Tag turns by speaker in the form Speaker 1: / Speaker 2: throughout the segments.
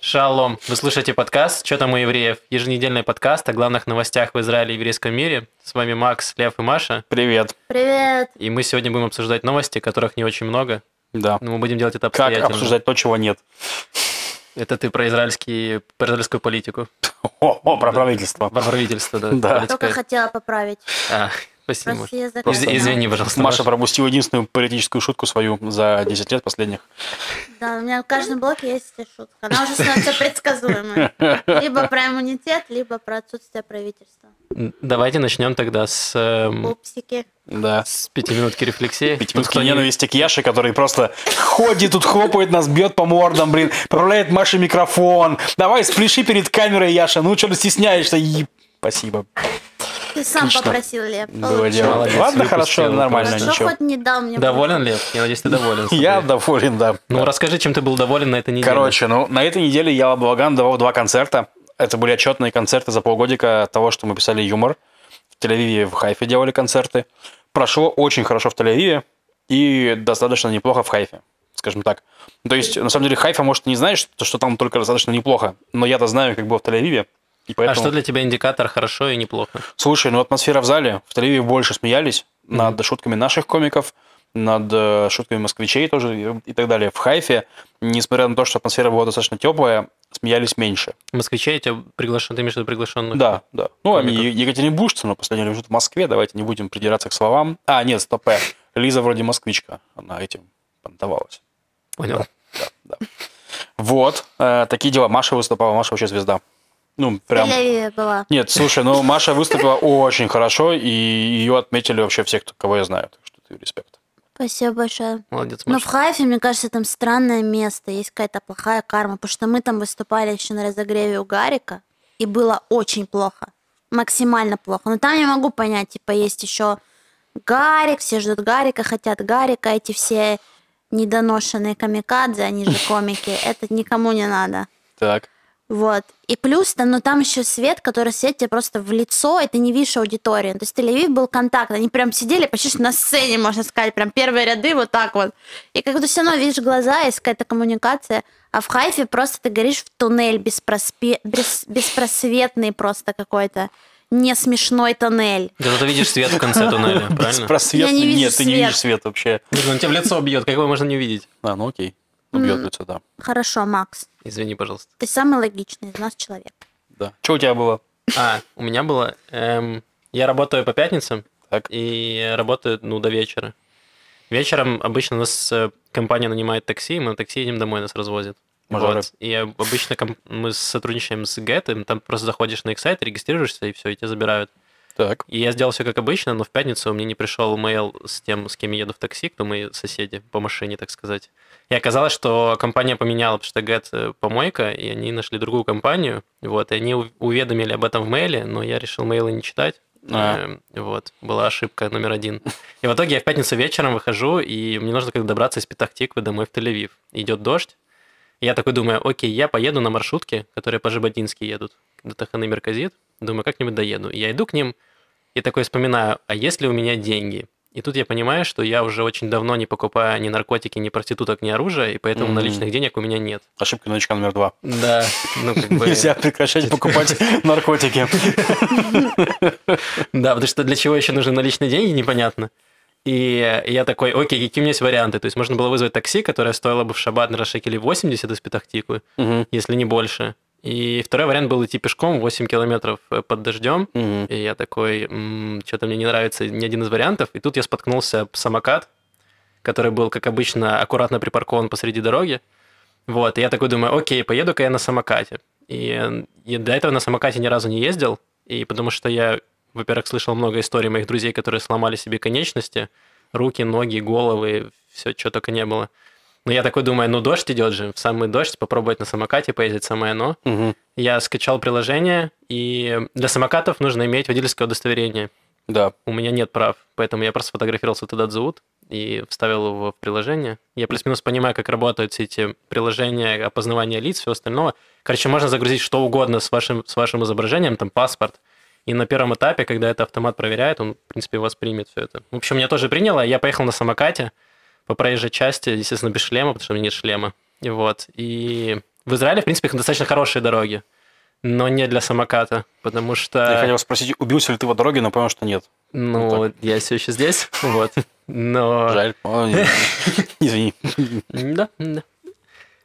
Speaker 1: Шалом! Вы слушаете подкаст «Чё там у евреев?» Еженедельный подкаст о главных новостях в Израиле и еврейском мире. С вами Макс, Лев и Маша.
Speaker 2: Привет.
Speaker 3: Привет.
Speaker 1: И мы сегодня будем обсуждать новости, которых не очень много.
Speaker 2: Да.
Speaker 1: Но мы будем делать это
Speaker 2: Как
Speaker 1: обстоятельно.
Speaker 2: обсуждать то, чего нет?
Speaker 1: Это ты про, израильский, про израильскую политику.
Speaker 2: О, о, про правительство.
Speaker 1: Про правительство, да.
Speaker 2: Да.
Speaker 1: Политика.
Speaker 3: Только хотела поправить.
Speaker 1: А, спасибо.
Speaker 3: Прости, я
Speaker 1: Из-
Speaker 3: закричала.
Speaker 1: извини, пожалуйста.
Speaker 2: Маша пропустила единственную политическую шутку свою за 10 лет последних.
Speaker 3: Да, у меня в каждом блоке есть эта шутка. Она уже становится предсказуемой. Либо про иммунитет, либо про отсутствие правительства.
Speaker 1: М, Давайте начнем тогда с, эм,
Speaker 3: Пупсики.
Speaker 2: Да.
Speaker 1: с пятиминутки рефлексии. Тут
Speaker 2: Пятиминутки
Speaker 1: кто не-
Speaker 2: ненависти к Яше, который просто ходит тут, хлопает нас, бьет по мордам, блин, проявляет Маше микрофон. Давай, спляши перед камерой, Яша. Ну, что ты стесняешься? Еб- Спасибо.
Speaker 3: Ты сам
Speaker 2: Отлично.
Speaker 3: попросил, Лев.
Speaker 2: Ну Было дело.
Speaker 1: Молодец,
Speaker 2: Ладно,
Speaker 1: выпустил,
Speaker 2: хорошо, нормально,
Speaker 3: Хорошо,
Speaker 2: ничего.
Speaker 3: хоть не дал мне.
Speaker 1: Доволен, Лев? Я надеюсь, ты доволен. собой.
Speaker 2: Я доволен, да.
Speaker 1: Ну, расскажи, чем ты был доволен на этой неделе.
Speaker 2: Короче, ну, на этой неделе я Благан давал два концерта. Это были отчетные концерты за полгодика того, что мы писали юмор. В Тель-Авиве и в Хайфе делали концерты. Прошло очень хорошо в Тель-Авиве и достаточно неплохо в Хайфе, скажем так. То есть, на самом деле, Хайфа, может, и не знаешь, что, что там только достаточно неплохо, но я-то знаю, как было в Тель-Авиве. И
Speaker 1: А
Speaker 2: поэтому...
Speaker 1: что для тебя индикатор хорошо и неплохо?
Speaker 2: Слушай, ну атмосфера в зале. В Тель-Авиве больше смеялись над шутками наших комиков, над э, шутками москвичей тоже и и так далее. В Хайфе, несмотря на то, что атмосфера была достаточно теплая, смеялись меньше.
Speaker 1: Москвичей тебя приглашен, ты имеешь в виду приглашенных?
Speaker 2: Да, да. Ну, они
Speaker 1: комиков.
Speaker 2: Е- Екатеринбуржцы, но последнее время живут в Москве, давайте не будем придираться к словам. А, нет, стоп. э, Лиза вроде москвичка, она этим понтовалась.
Speaker 1: Понял.
Speaker 2: Да, да. Вот, э, такие дела. Маша выступала, Маша вообще звезда. Ну, прям...
Speaker 3: Тель-Авиве была.
Speaker 2: Нет, слушай, ну Маша выступила очень хорошо, и ее отметили вообще все, кто, кого я знаю. Так что ты респект.
Speaker 3: Спасибо большое.
Speaker 1: Молодец,
Speaker 3: Но
Speaker 1: Маша.
Speaker 3: в Хайфе, мне кажется, там странное место, есть какая-то плохая карма, потому что мы там выступали еще на разогреве у Гарика, и было очень плохо, максимально плохо. Но там я могу понять, типа, есть еще Гарик, все ждут Гарика, хотят Гарика, эти все недоношенные камикадзе, они же комики, это никому не надо.
Speaker 2: Так.
Speaker 3: Вот. И плюс, там, ну, там еще свет, который светит тебе просто в лицо, и ты не видишь аудиторию. То есть Тель-Авив был контакт. Они прям сидели почти что на сцене, можно сказать, прям первые ряды вот так вот. И как-то все равно видишь глаза, есть какая-то коммуникация. А в Хайфе просто ты горишь в туннель беспроспе- брес- беспросветный просто какой-то. Не смешной тоннель.
Speaker 1: Да ты видишь свет в конце туннеля, правильно?
Speaker 2: Про свет
Speaker 3: Я не вижу
Speaker 2: нет, ты не
Speaker 3: свет.
Speaker 2: видишь свет вообще.
Speaker 1: Блин, Он тебе в лицо бьет, как его можно не видеть?
Speaker 2: А, ну окей. Убьет лицо, да.
Speaker 3: Хорошо, Макс.
Speaker 1: Извини, пожалуйста.
Speaker 3: Ты самый логичный из нас человек.
Speaker 2: Да. Что у тебя было?
Speaker 1: А, у меня было... эм, я работаю по пятницам
Speaker 2: Так.
Speaker 1: и работаю, ну, до вечера. Вечером обычно нас э, компания нанимает такси, мы на такси едем домой, нас развозят.
Speaker 2: Мажоры.
Speaker 1: Вот. И э, обычно ком- мы сотрудничаем с Гэтом, там просто заходишь на их сайт, регистрируешься, и все, и тебя забирают.
Speaker 2: Так.
Speaker 1: И я сделал все как обычно, но в пятницу мне не пришел мейл с тем, с кем я еду в такси, кто мои соседи по машине, так сказать. И оказалось, что компания поменяла, потому что Get э, помойка, и они нашли другую компанию. Вот, и они у- уведомили об этом в мейле, но я решил мейлы не читать.
Speaker 2: А.
Speaker 1: Эм, Вот, была ошибка номер один. И в итоге я в пятницу вечером выхожу, и мне нужно как-то добраться из Петахтиквы домой в Тель-Авив. Идет дождь, и я такой думаю, окей, я поеду на маршрутке, которые по Жибодински едут, до Таханы Мерказит. Думаю, как-нибудь доеду. И Я иду к ним и такой вспоминаю, а есть ли у меня деньги? И тут я понимаю, что я уже очень давно не покупаю ни наркотики, ни проституток, ни оружия, и поэтому
Speaker 2: Мгм.
Speaker 1: наличных денег у меня нет.
Speaker 2: Ошибка новичка номер два.
Speaker 1: Да. Ну, как бы...
Speaker 2: Нельзя прекращать покупать наркотики.
Speaker 1: Да, потому что для чего еще нужны наличные деньги, непонятно. И я такой, окей, какие у меня есть варианты? То есть можно было вызвать такси, которое стоило бы в шаббат, на шекелей 80 из Петахтиквы,
Speaker 2: Мгм.
Speaker 1: если не больше. И второй вариант был идти пешком 8 километров э, под дождем.
Speaker 2: Мгм.
Speaker 1: И я такой, что-то мне не нравится ни один из вариантов. И тут я споткнулся об самокат, который был, как обычно, аккуратно припаркован посреди дороги. Вот, и я такой думаю, окей, поеду-ка я на самокате. И э, я до этого на самокате ни разу не ездил, и потому что я, во-первых, слышал много историй моих друзей, которые сломали себе конечности, руки, ноги, головы, все, что только не было. Но я такой думаю, ну дождь идет же, в самый дождь, попробовать на самокате поездить, самое оно.
Speaker 2: Мгм.
Speaker 1: Я скачал приложение, и для самокатов нужно иметь водительское удостоверение.
Speaker 2: Да.
Speaker 1: У меня нет прав, поэтому я просто сфотографировался туда зовут и вставил его в приложение. Я плюс-минус понимаю, как работают все эти приложения, опознавание лиц, все остальное. Короче, можно загрузить что угодно с вашим, с вашим изображением, там паспорт. И на первом этапе, когда это автомат проверяет, он, в принципе, вас примет все это. В общем, меня тоже приняло. Я поехал на самокате по проезжей части, естественно, без шлема, потому что у меня нет шлема. И вот. И В Израиле, в принципе, достаточно хорошие дороги, но не для самоката, потому
Speaker 2: Я
Speaker 1: что...
Speaker 2: хотел спросить, убился ли ты по дороге, но понял, что нет.
Speaker 1: Ну, я все еще здесь, вот. Но...
Speaker 2: Жаль. Э. Ой, Извини.
Speaker 1: Да, да.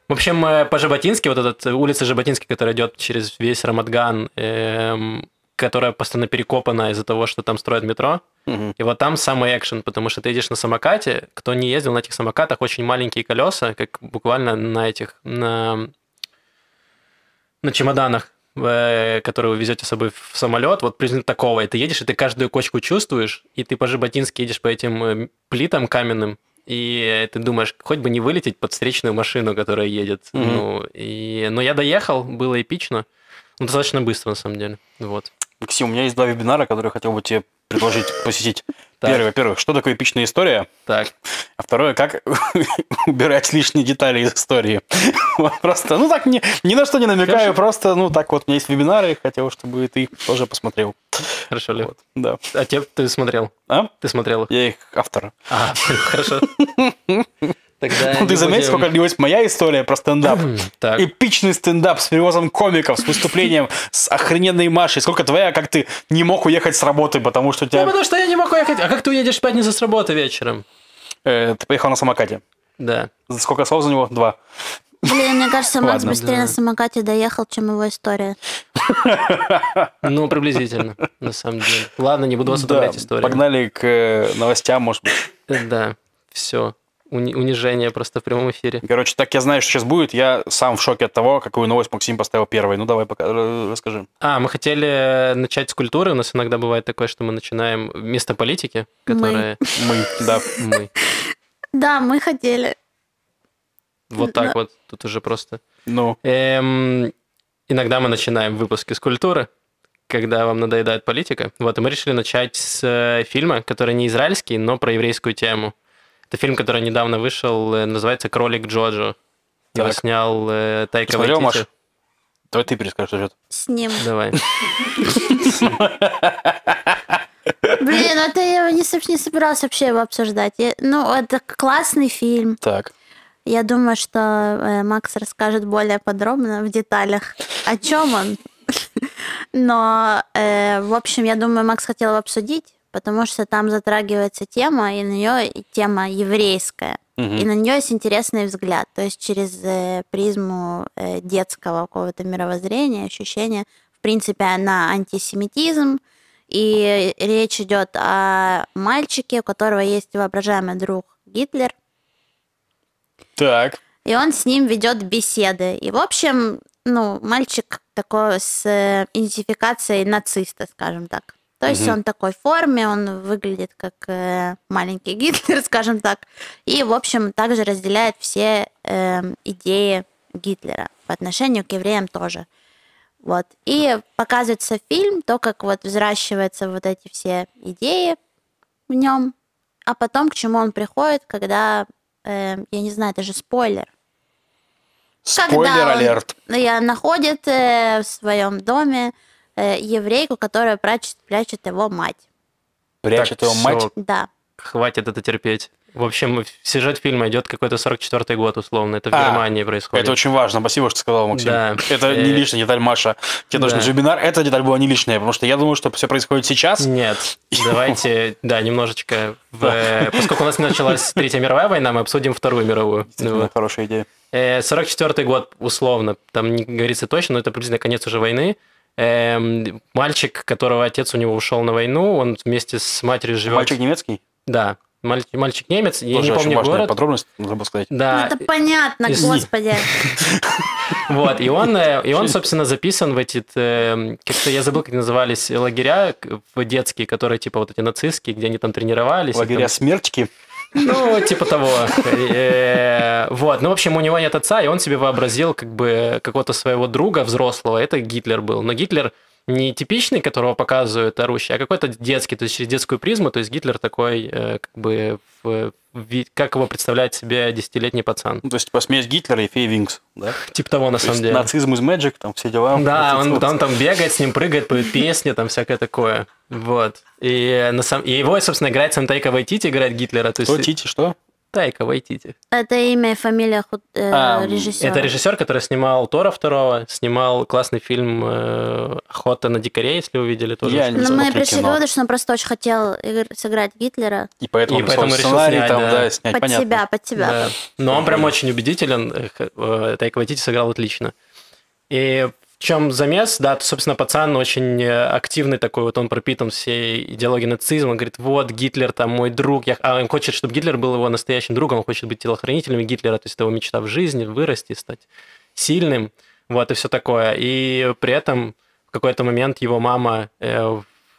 Speaker 1: В общем, э, по Жаботински, вот эта улица Жаботински, которая идет через весь Рамадган, эм, которая постоянно перекопана из-за того, что там строят метро,
Speaker 2: Мгм.
Speaker 1: И вот там самый экшен, потому что ты едешь на самокате. Кто не ездил на этих самокатах, очень маленькие колеса, как буквально на этих, на, на чемоданах, э, которые вы везете с собой в самолет. Вот признак такого. И ты едешь, и ты каждую кочку чувствуешь, и ты по-жиботински едешь по этим э, плитам каменным, и ты думаешь, хоть бы не вылететь под встречную машину, которая едет.
Speaker 2: Мгм.
Speaker 1: Ну, и... Но я доехал, было эпично. Ну, достаточно быстро, на самом деле. Вот.
Speaker 2: Максим, у меня есть два вебинара, которые я хотел бы тебе предложить посетить.
Speaker 1: Так.
Speaker 2: Первый, во-первых, что такое эпичная история?
Speaker 1: Так.
Speaker 2: А второе, как убирать лишние детали из истории. Вот просто, ну так, ни, ни на что не
Speaker 1: Хорошо.
Speaker 2: намекаю, просто, ну так вот, у меня есть вебинары, хотел, чтобы и ты их тоже посмотрел.
Speaker 1: Хорошо, Лев.
Speaker 2: Вот, да.
Speaker 1: А те ты смотрел?
Speaker 2: А?
Speaker 1: Ты смотрел их?
Speaker 2: Я их автор.
Speaker 1: А, хорошо. Тогда
Speaker 2: Ну, ты
Speaker 1: Э, не
Speaker 2: заметил,
Speaker 1: будем-
Speaker 2: сколько длилась моя история про стендап?
Speaker 1: Так,
Speaker 2: Эпичный стендап с перевозом комиков, с выступлением, с охрененной Машей. Сколько твоя, как ты не мог уехать с работы, потому что у
Speaker 1: ну
Speaker 2: тебя...
Speaker 1: потому что я не могу ехать. А как ты уедешь в пятницу с работы вечером?
Speaker 2: Э, ты поехал на самокате.
Speaker 1: Да.
Speaker 2: За Сколько слов за него? Два.
Speaker 3: Блин, мне кажется, Макс
Speaker 2: Ладно.
Speaker 3: быстрее на самокате доехал, чем его история.
Speaker 1: Ну, приблизительно, на самом деле. Ладно, не буду вас
Speaker 2: Да,
Speaker 1: утомлять историей.
Speaker 2: погнали к э, новостям, может быть.
Speaker 1: Да, все. Унижение просто в прямом эфире.
Speaker 2: Короче, так я знаю, что сейчас будет. Я сам в шоке от того, какую новость Максим поставил первой. Ну, давай, пока э, расскажи.
Speaker 1: А, мы хотели начать с культуры. У нас иногда бывает такое, что мы начинаем вместо политики, которая...
Speaker 2: Мы, да.
Speaker 1: Мы.
Speaker 3: Да, мы хотели.
Speaker 1: Вот так вот. Тут уже просто...
Speaker 2: Ну,
Speaker 1: Эм, иногда мы начинаем выпуски с культуры, когда вам надоедает политика. Вот, и мы решили начать с э, фильма, который не израильский, но про еврейскую тему. Это фильм, который недавно вышел, э, называется «Кролик Джоджо». Его
Speaker 2: Так.
Speaker 1: снял э, Тайка
Speaker 2: посмотрел,
Speaker 1: Вайтити.
Speaker 2: Маш? Давай ты перескажешь сюжет.
Speaker 3: С ним.
Speaker 1: Давай.
Speaker 3: Блин, ну это я не, соб- не собиралась вообще его обсуждать. Я- ну, это классный фильм.
Speaker 2: Так.
Speaker 3: Я думаю, что э, Макс расскажет более подробно в деталях, о чем он. Но, э, в общем, я думаю, Макс хотел его обсудить, потому что там затрагивается тема, и на нее тема еврейская.
Speaker 2: Мгм.
Speaker 3: И на нее есть интересный взгляд, то есть через э, призму э, детского какого-то мировоззрения, ощущения, в принципе, на антисемитизм. И речь идет о мальчике, у которого есть воображаемый друг Гитлер,
Speaker 2: Так.
Speaker 3: и он с ним ведет беседы. И, в общем, ну, мальчик такой с э, идентификацией нациста, скажем так. То есть
Speaker 2: Мгм.
Speaker 3: он такой в форме, он выглядит как э, маленький Гитлер, скажем так. И, в общем, также разделяет все э, идеи Гитлера по отношению к евреям тоже. Вот. И показывается фильм, то, как вот взращиваются вот эти все идеи в нем, а потом к чему он приходит, когда, э, я не знаю, это же спойлер. Когда
Speaker 2: Спойлер
Speaker 3: он-
Speaker 2: алерт.
Speaker 3: Я находит э, в своем доме э, еврейку, которая прячет, прячет его мать.
Speaker 2: Прячет
Speaker 1: Так,
Speaker 2: его мать.
Speaker 1: всё,
Speaker 3: Да.
Speaker 1: хватит это терпеть. В общем, в- сюжет фильма идет какой-то 44-й год, условно. Это в
Speaker 2: А,
Speaker 1: Германии происходит.
Speaker 2: Это очень важно. Спасибо, что сказал, Максим.
Speaker 1: Да.
Speaker 2: Это не
Speaker 1: Э,
Speaker 2: лишняя деталь, Маша. Тебе
Speaker 1: да. Ну
Speaker 2: нужен вебинар. Эта деталь была не лишняя, потому что я думаю, что все происходит сейчас.
Speaker 1: Нет, давайте, да, немножечко, в, э, поскольку у нас не началась Третья мировая война, мы обсудим Вторую мировую.
Speaker 2: Действительно,
Speaker 1: Вот.
Speaker 2: хорошая идея.
Speaker 1: Э, 44-й год, условно, там не говорится точно, но это приблизительно конец уже войны. Эм, мальчик, которого отец у него ушел на войну, он вместе с матерью живет.
Speaker 2: Мальчик немецкий?
Speaker 1: Да, маль- мальчик немец, я
Speaker 2: Тоже
Speaker 1: не
Speaker 2: очень
Speaker 1: помню
Speaker 2: важная
Speaker 1: город.
Speaker 2: подробность, нужно было сказать.
Speaker 3: Ну,
Speaker 1: Да,
Speaker 3: это понятно,
Speaker 1: из-
Speaker 3: господи.
Speaker 1: вот, и он, э, и он, собственно, записан в эти, э, как-то я забыл, как назывались, лагеря к- в детские, которые, типа, вот эти нацистские, где они там тренировались. и
Speaker 2: Лагеря
Speaker 1: там-
Speaker 2: смертики.
Speaker 1: Ну, типа того. Э, Вот. Ну, в общем, у него нет отца, и он себе вообразил как бы какого-то своего друга взрослого. Это Гитлер был. Но Гитлер не типичный, которого показывают орущий, а какой-то детский, то есть через детскую призму. То есть Гитлер такой, э, как бы, в- в ви- как его представляет себе десятилетний пацан.
Speaker 2: Ну, то есть, типа, смесь Гитлера и фей Винкс, да?
Speaker 1: Типа того, на
Speaker 2: То
Speaker 1: самом
Speaker 2: есть,
Speaker 1: деле.
Speaker 2: Нацизм из Magic, там все дела.
Speaker 1: Да,
Speaker 2: Вот это
Speaker 1: он,
Speaker 2: вот.
Speaker 1: он там бегает, с ним прыгает, поет песни, там всякое такое. Вот. И, э, на сам... и его, собственно, играет сам Тайка Вайтити, играет Гитлера. То есть...
Speaker 2: Что, Тити, что?
Speaker 1: Тайка, войтите.
Speaker 3: Это имя и фамилия худ- э,
Speaker 2: Ам,
Speaker 3: режиссера.
Speaker 1: А, Это режиссер, который снимал Тора второго, снимал классный фильм э, «Охота на дикарей», если вы видели тоже.
Speaker 2: Я
Speaker 1: очень
Speaker 2: не
Speaker 3: Но
Speaker 2: смотрю
Speaker 3: Ну, мы пришли к
Speaker 2: кино.
Speaker 3: выводу, что он просто очень хотел игр- сыграть Гитлера
Speaker 2: И поэтому,
Speaker 1: И
Speaker 2: он
Speaker 1: поэтому
Speaker 2: свой
Speaker 1: решил
Speaker 2: сценарий
Speaker 1: снять,
Speaker 2: там,
Speaker 1: да.
Speaker 2: да, снять,
Speaker 3: под
Speaker 2: понятно.
Speaker 3: себя, под тебя.
Speaker 1: Да. Но он прям очень убедителен. э, х- э, Тайка Вайтити сыграл отлично. И в чем замес? Да, то, собственно, пацан очень э, активный такой, вот он пропитан всей идеологией нацизма. Он говорит, вот, Гитлер там мой друг. Я... А он хочет, чтобы Гитлер был его настоящим другом, он хочет быть телохранителем Гитлера, то есть это его мечта в жизни, вырасти, стать сильным, вот, и все такое. И при этом в какой-то момент его мама э,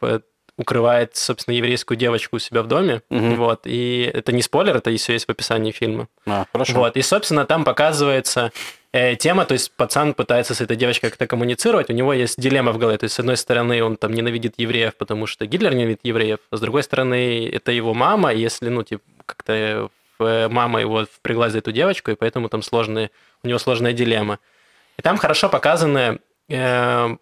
Speaker 1: в- укрывает, собственно, еврейскую девочку у себя в доме,
Speaker 2: Мгм.
Speaker 1: вот, и это не спойлер, это все есть в описании фильма.
Speaker 2: А, хорошо.
Speaker 1: Вот, и, собственно, там показывается э, тема, то есть пацан пытается с этой девочкой как-то коммуницировать, у него есть дилемма в голове, то есть, с одной стороны, он там ненавидит евреев, потому что Гитлер ненавидит евреев, а с другой стороны, это его мама, и если, ну, типа, как-то э, мама его впрягла за эту девочку, и поэтому там сложные, у него сложная дилемма. И там хорошо показаны э,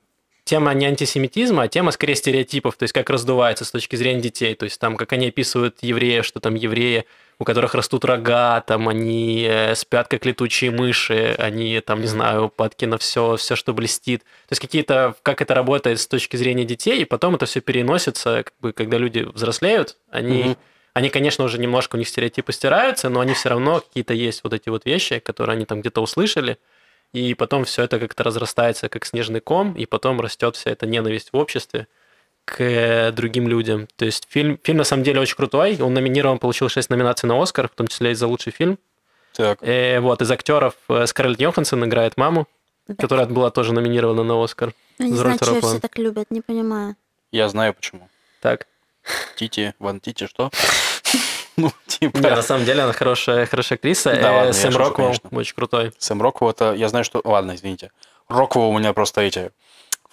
Speaker 1: тема не антисемитизма, а тема скорее стереотипов, то есть как раздувается с точки зрения детей, то есть там как они описывают евреев, что там евреи, у которых растут рога, там они э, спят как летучие мыши, они там, не знаю, падки на все, все, что блестит. То есть какие-то, как это работает с точки зрения детей, и потом это все переносится, как бы, когда люди взрослеют, они...
Speaker 2: Мгм.
Speaker 1: Они, конечно, уже немножко у них стереотипы стираются, но они все равно какие-то есть вот эти вот вещи, которые они там где-то услышали, и потом все это как-то разрастается, как снежный ком, и потом растет вся эта ненависть в обществе к э, другим людям. То есть фильм, фильм на самом деле очень крутой. Он номинирован, получил 6 номинаций на Оскар, в том числе и за лучший фильм.
Speaker 2: Так.
Speaker 1: Э, вот, из актеров э, Скарлетт Йоханссон играет маму,
Speaker 3: Да.
Speaker 1: которая была тоже номинирована на Оскар.
Speaker 3: Я Ну, не
Speaker 1: за
Speaker 3: знаю,
Speaker 1: роль второго
Speaker 3: чего все
Speaker 1: плана.
Speaker 3: так любят, не понимаю.
Speaker 2: Я знаю почему.
Speaker 1: Так.
Speaker 2: Тити, Ван Тити, что? Ну,
Speaker 1: Не, на
Speaker 2: типа...
Speaker 1: самом деле она хорошая, хорошая актриса.
Speaker 2: Да
Speaker 1: Э,
Speaker 2: ладно, я
Speaker 1: Сэм
Speaker 2: шучу,
Speaker 1: Роквелл
Speaker 2: конечно.
Speaker 1: очень крутой.
Speaker 2: Сэм Роквелл, это... Я знаю, что... Ладно, извините. Роквелл у меня просто эти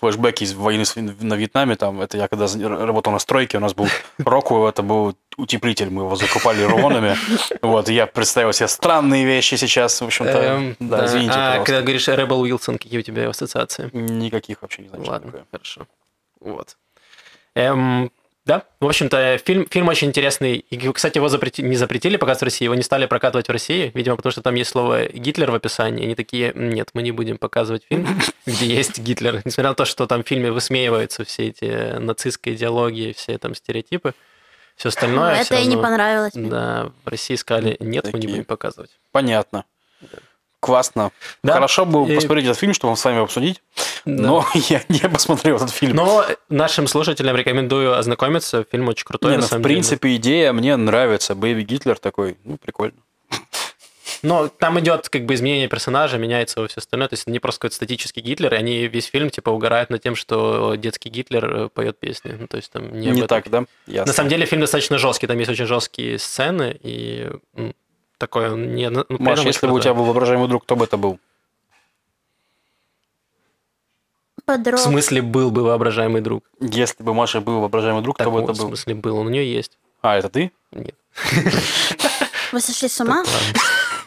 Speaker 2: флешбеки из войны с- на Вьетнаме, там, это я когда за- работал на стройке, у нас был Роквелл, это был утеплитель, мы его закупали рулонами, вот, и я представил себе странные вещи сейчас, в общем-то,
Speaker 1: Эм,
Speaker 2: да,
Speaker 1: да.
Speaker 2: извините,
Speaker 1: А,
Speaker 2: пожалуйста.
Speaker 1: когда говоришь Рэббл Уилсон, какие у тебя ассоциации?
Speaker 2: Никаких вообще не знаю, что
Speaker 1: Ладно,
Speaker 2: такое.
Speaker 1: хорошо. Вот. Эм, да, в общем-то, фильм, фильм очень интересный. И, кстати, его запрети- не запретили пока в России, его не стали прокатывать в России, видимо, потому что там есть слово «Гитлер» в описании, и они такие, «М, нет, мы не будем показывать фильм, где есть Гитлер. Несмотря на то, что там в фильме высмеиваются все эти нацистские идеологии, все там стереотипы, все остальное.
Speaker 3: Ну, это
Speaker 1: Ну, а всё
Speaker 3: и не
Speaker 1: равно-
Speaker 3: понравилось мне.
Speaker 1: Да, в России сказали, нет, мы не
Speaker 2: Такие.
Speaker 1: будем показывать.
Speaker 2: Понятно. Классно.
Speaker 1: Да.
Speaker 2: Хорошо бы
Speaker 1: И-
Speaker 2: посмотреть этот фильм, чтобы он с вами обсудить,
Speaker 1: Да. Ну,
Speaker 2: но я не посмотрел этот фильм.
Speaker 1: Но нашим слушателям рекомендую ознакомиться. Фильм очень крутой,
Speaker 2: Не,
Speaker 1: на
Speaker 2: ну, в
Speaker 1: самом деле.
Speaker 2: принципе, идея мне нравится. Бэйби Гитлер такой, ну, прикольно.
Speaker 1: Но там идет как бы изменение персонажа, меняется его все остальное. То есть это не просто какой-то статический Гитлер, и они весь фильм типа угорают над тем, что детский Гитлер э, поет песни. Ну, то есть там не,
Speaker 2: Не,
Speaker 1: об этом.
Speaker 2: так, да?
Speaker 1: На самом деле фильм достаточно жесткий, там есть очень жесткие сцены, и м, такое он не... ну, при
Speaker 2: Маш,
Speaker 1: этом
Speaker 2: если
Speaker 1: очень
Speaker 2: бы у тебя
Speaker 1: крутой.
Speaker 2: был воображаемый друг, кто бы это был?
Speaker 1: В
Speaker 3: Подруг.
Speaker 1: смысле был бы воображаемый друг?
Speaker 2: Если бы Маша был воображаемый друг,
Speaker 1: Так,
Speaker 2: кто бы
Speaker 1: вот,
Speaker 2: это
Speaker 1: в
Speaker 2: был?
Speaker 1: смысле был, он у нее есть.
Speaker 2: А, это ты?
Speaker 1: Нет.
Speaker 3: Вы сошли с ума?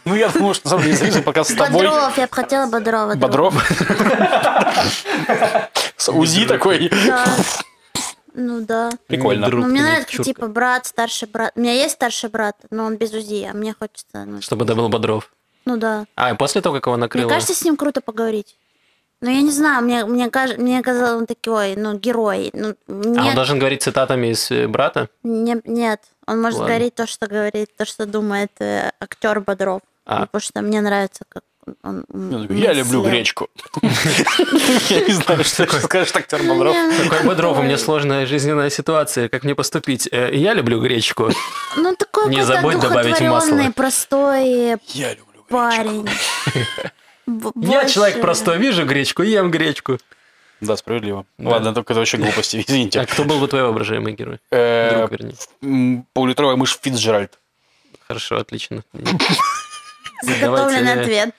Speaker 2: Ну, я думал, что на самом деле зависит пока с тобой.
Speaker 3: Бодров, я бы хотела Бодрова. друг.
Speaker 2: Бодров. С УЗИ такой.
Speaker 3: Да. Ну да.
Speaker 2: Прикольно.
Speaker 1: Не друг,
Speaker 3: Ну, мне
Speaker 1: ты не
Speaker 3: нравится,
Speaker 1: чурка.
Speaker 3: типа, брат, старший брат. У меня есть старший брат, но он без УЗИ, а мне хочется... Ну,
Speaker 1: Чтобы это был Бодров.
Speaker 3: ну да.
Speaker 1: А, и после того, как его
Speaker 3: Мне
Speaker 1: накрыло...
Speaker 3: кажется, с ним круто поговорить. Но я не знаю, мне, мне, каж- мне казалось, он такой, ну, герой. Ну,
Speaker 1: А он
Speaker 3: нет,
Speaker 1: должен говорить цитатами из э, брата?
Speaker 3: не- нет, он может
Speaker 1: Ладно.
Speaker 3: говорить то, что говорит, то, что думает э, актер Бодров.
Speaker 1: А.
Speaker 3: Ну, Потому что мне нравится, как он... м,
Speaker 2: Я такой, Я люблю
Speaker 3: мыслил.
Speaker 2: гречку. Я не знаю, что скажешь актер
Speaker 3: Ну,
Speaker 2: Бодров.
Speaker 3: не, ну,
Speaker 1: Какой Бодров, у меня
Speaker 3: такой-
Speaker 1: сложная жизненная ситуация, как мне поступить? Э, Я люблю гречку.
Speaker 3: Ну, такой
Speaker 1: Не
Speaker 3: какой-то
Speaker 1: забудь добавить масла.
Speaker 3: одухотворённый, простой
Speaker 2: Я люблю гречку.
Speaker 3: парень. Б-
Speaker 1: Я
Speaker 3: больше-
Speaker 1: человек простой, вижу гречку, и ем гречку.
Speaker 2: Да, справедливо. Ну, Ладно, только это вообще глупости,
Speaker 1: А
Speaker 2: извините.
Speaker 1: кто был бы твой воображаемый герой?
Speaker 2: Э,
Speaker 1: Друг, вернее.
Speaker 2: м, Полулитровая мышь Фицджеральд.
Speaker 1: Хорошо, отлично.
Speaker 3: Заготовленный
Speaker 1: Давайте-
Speaker 3: ответ.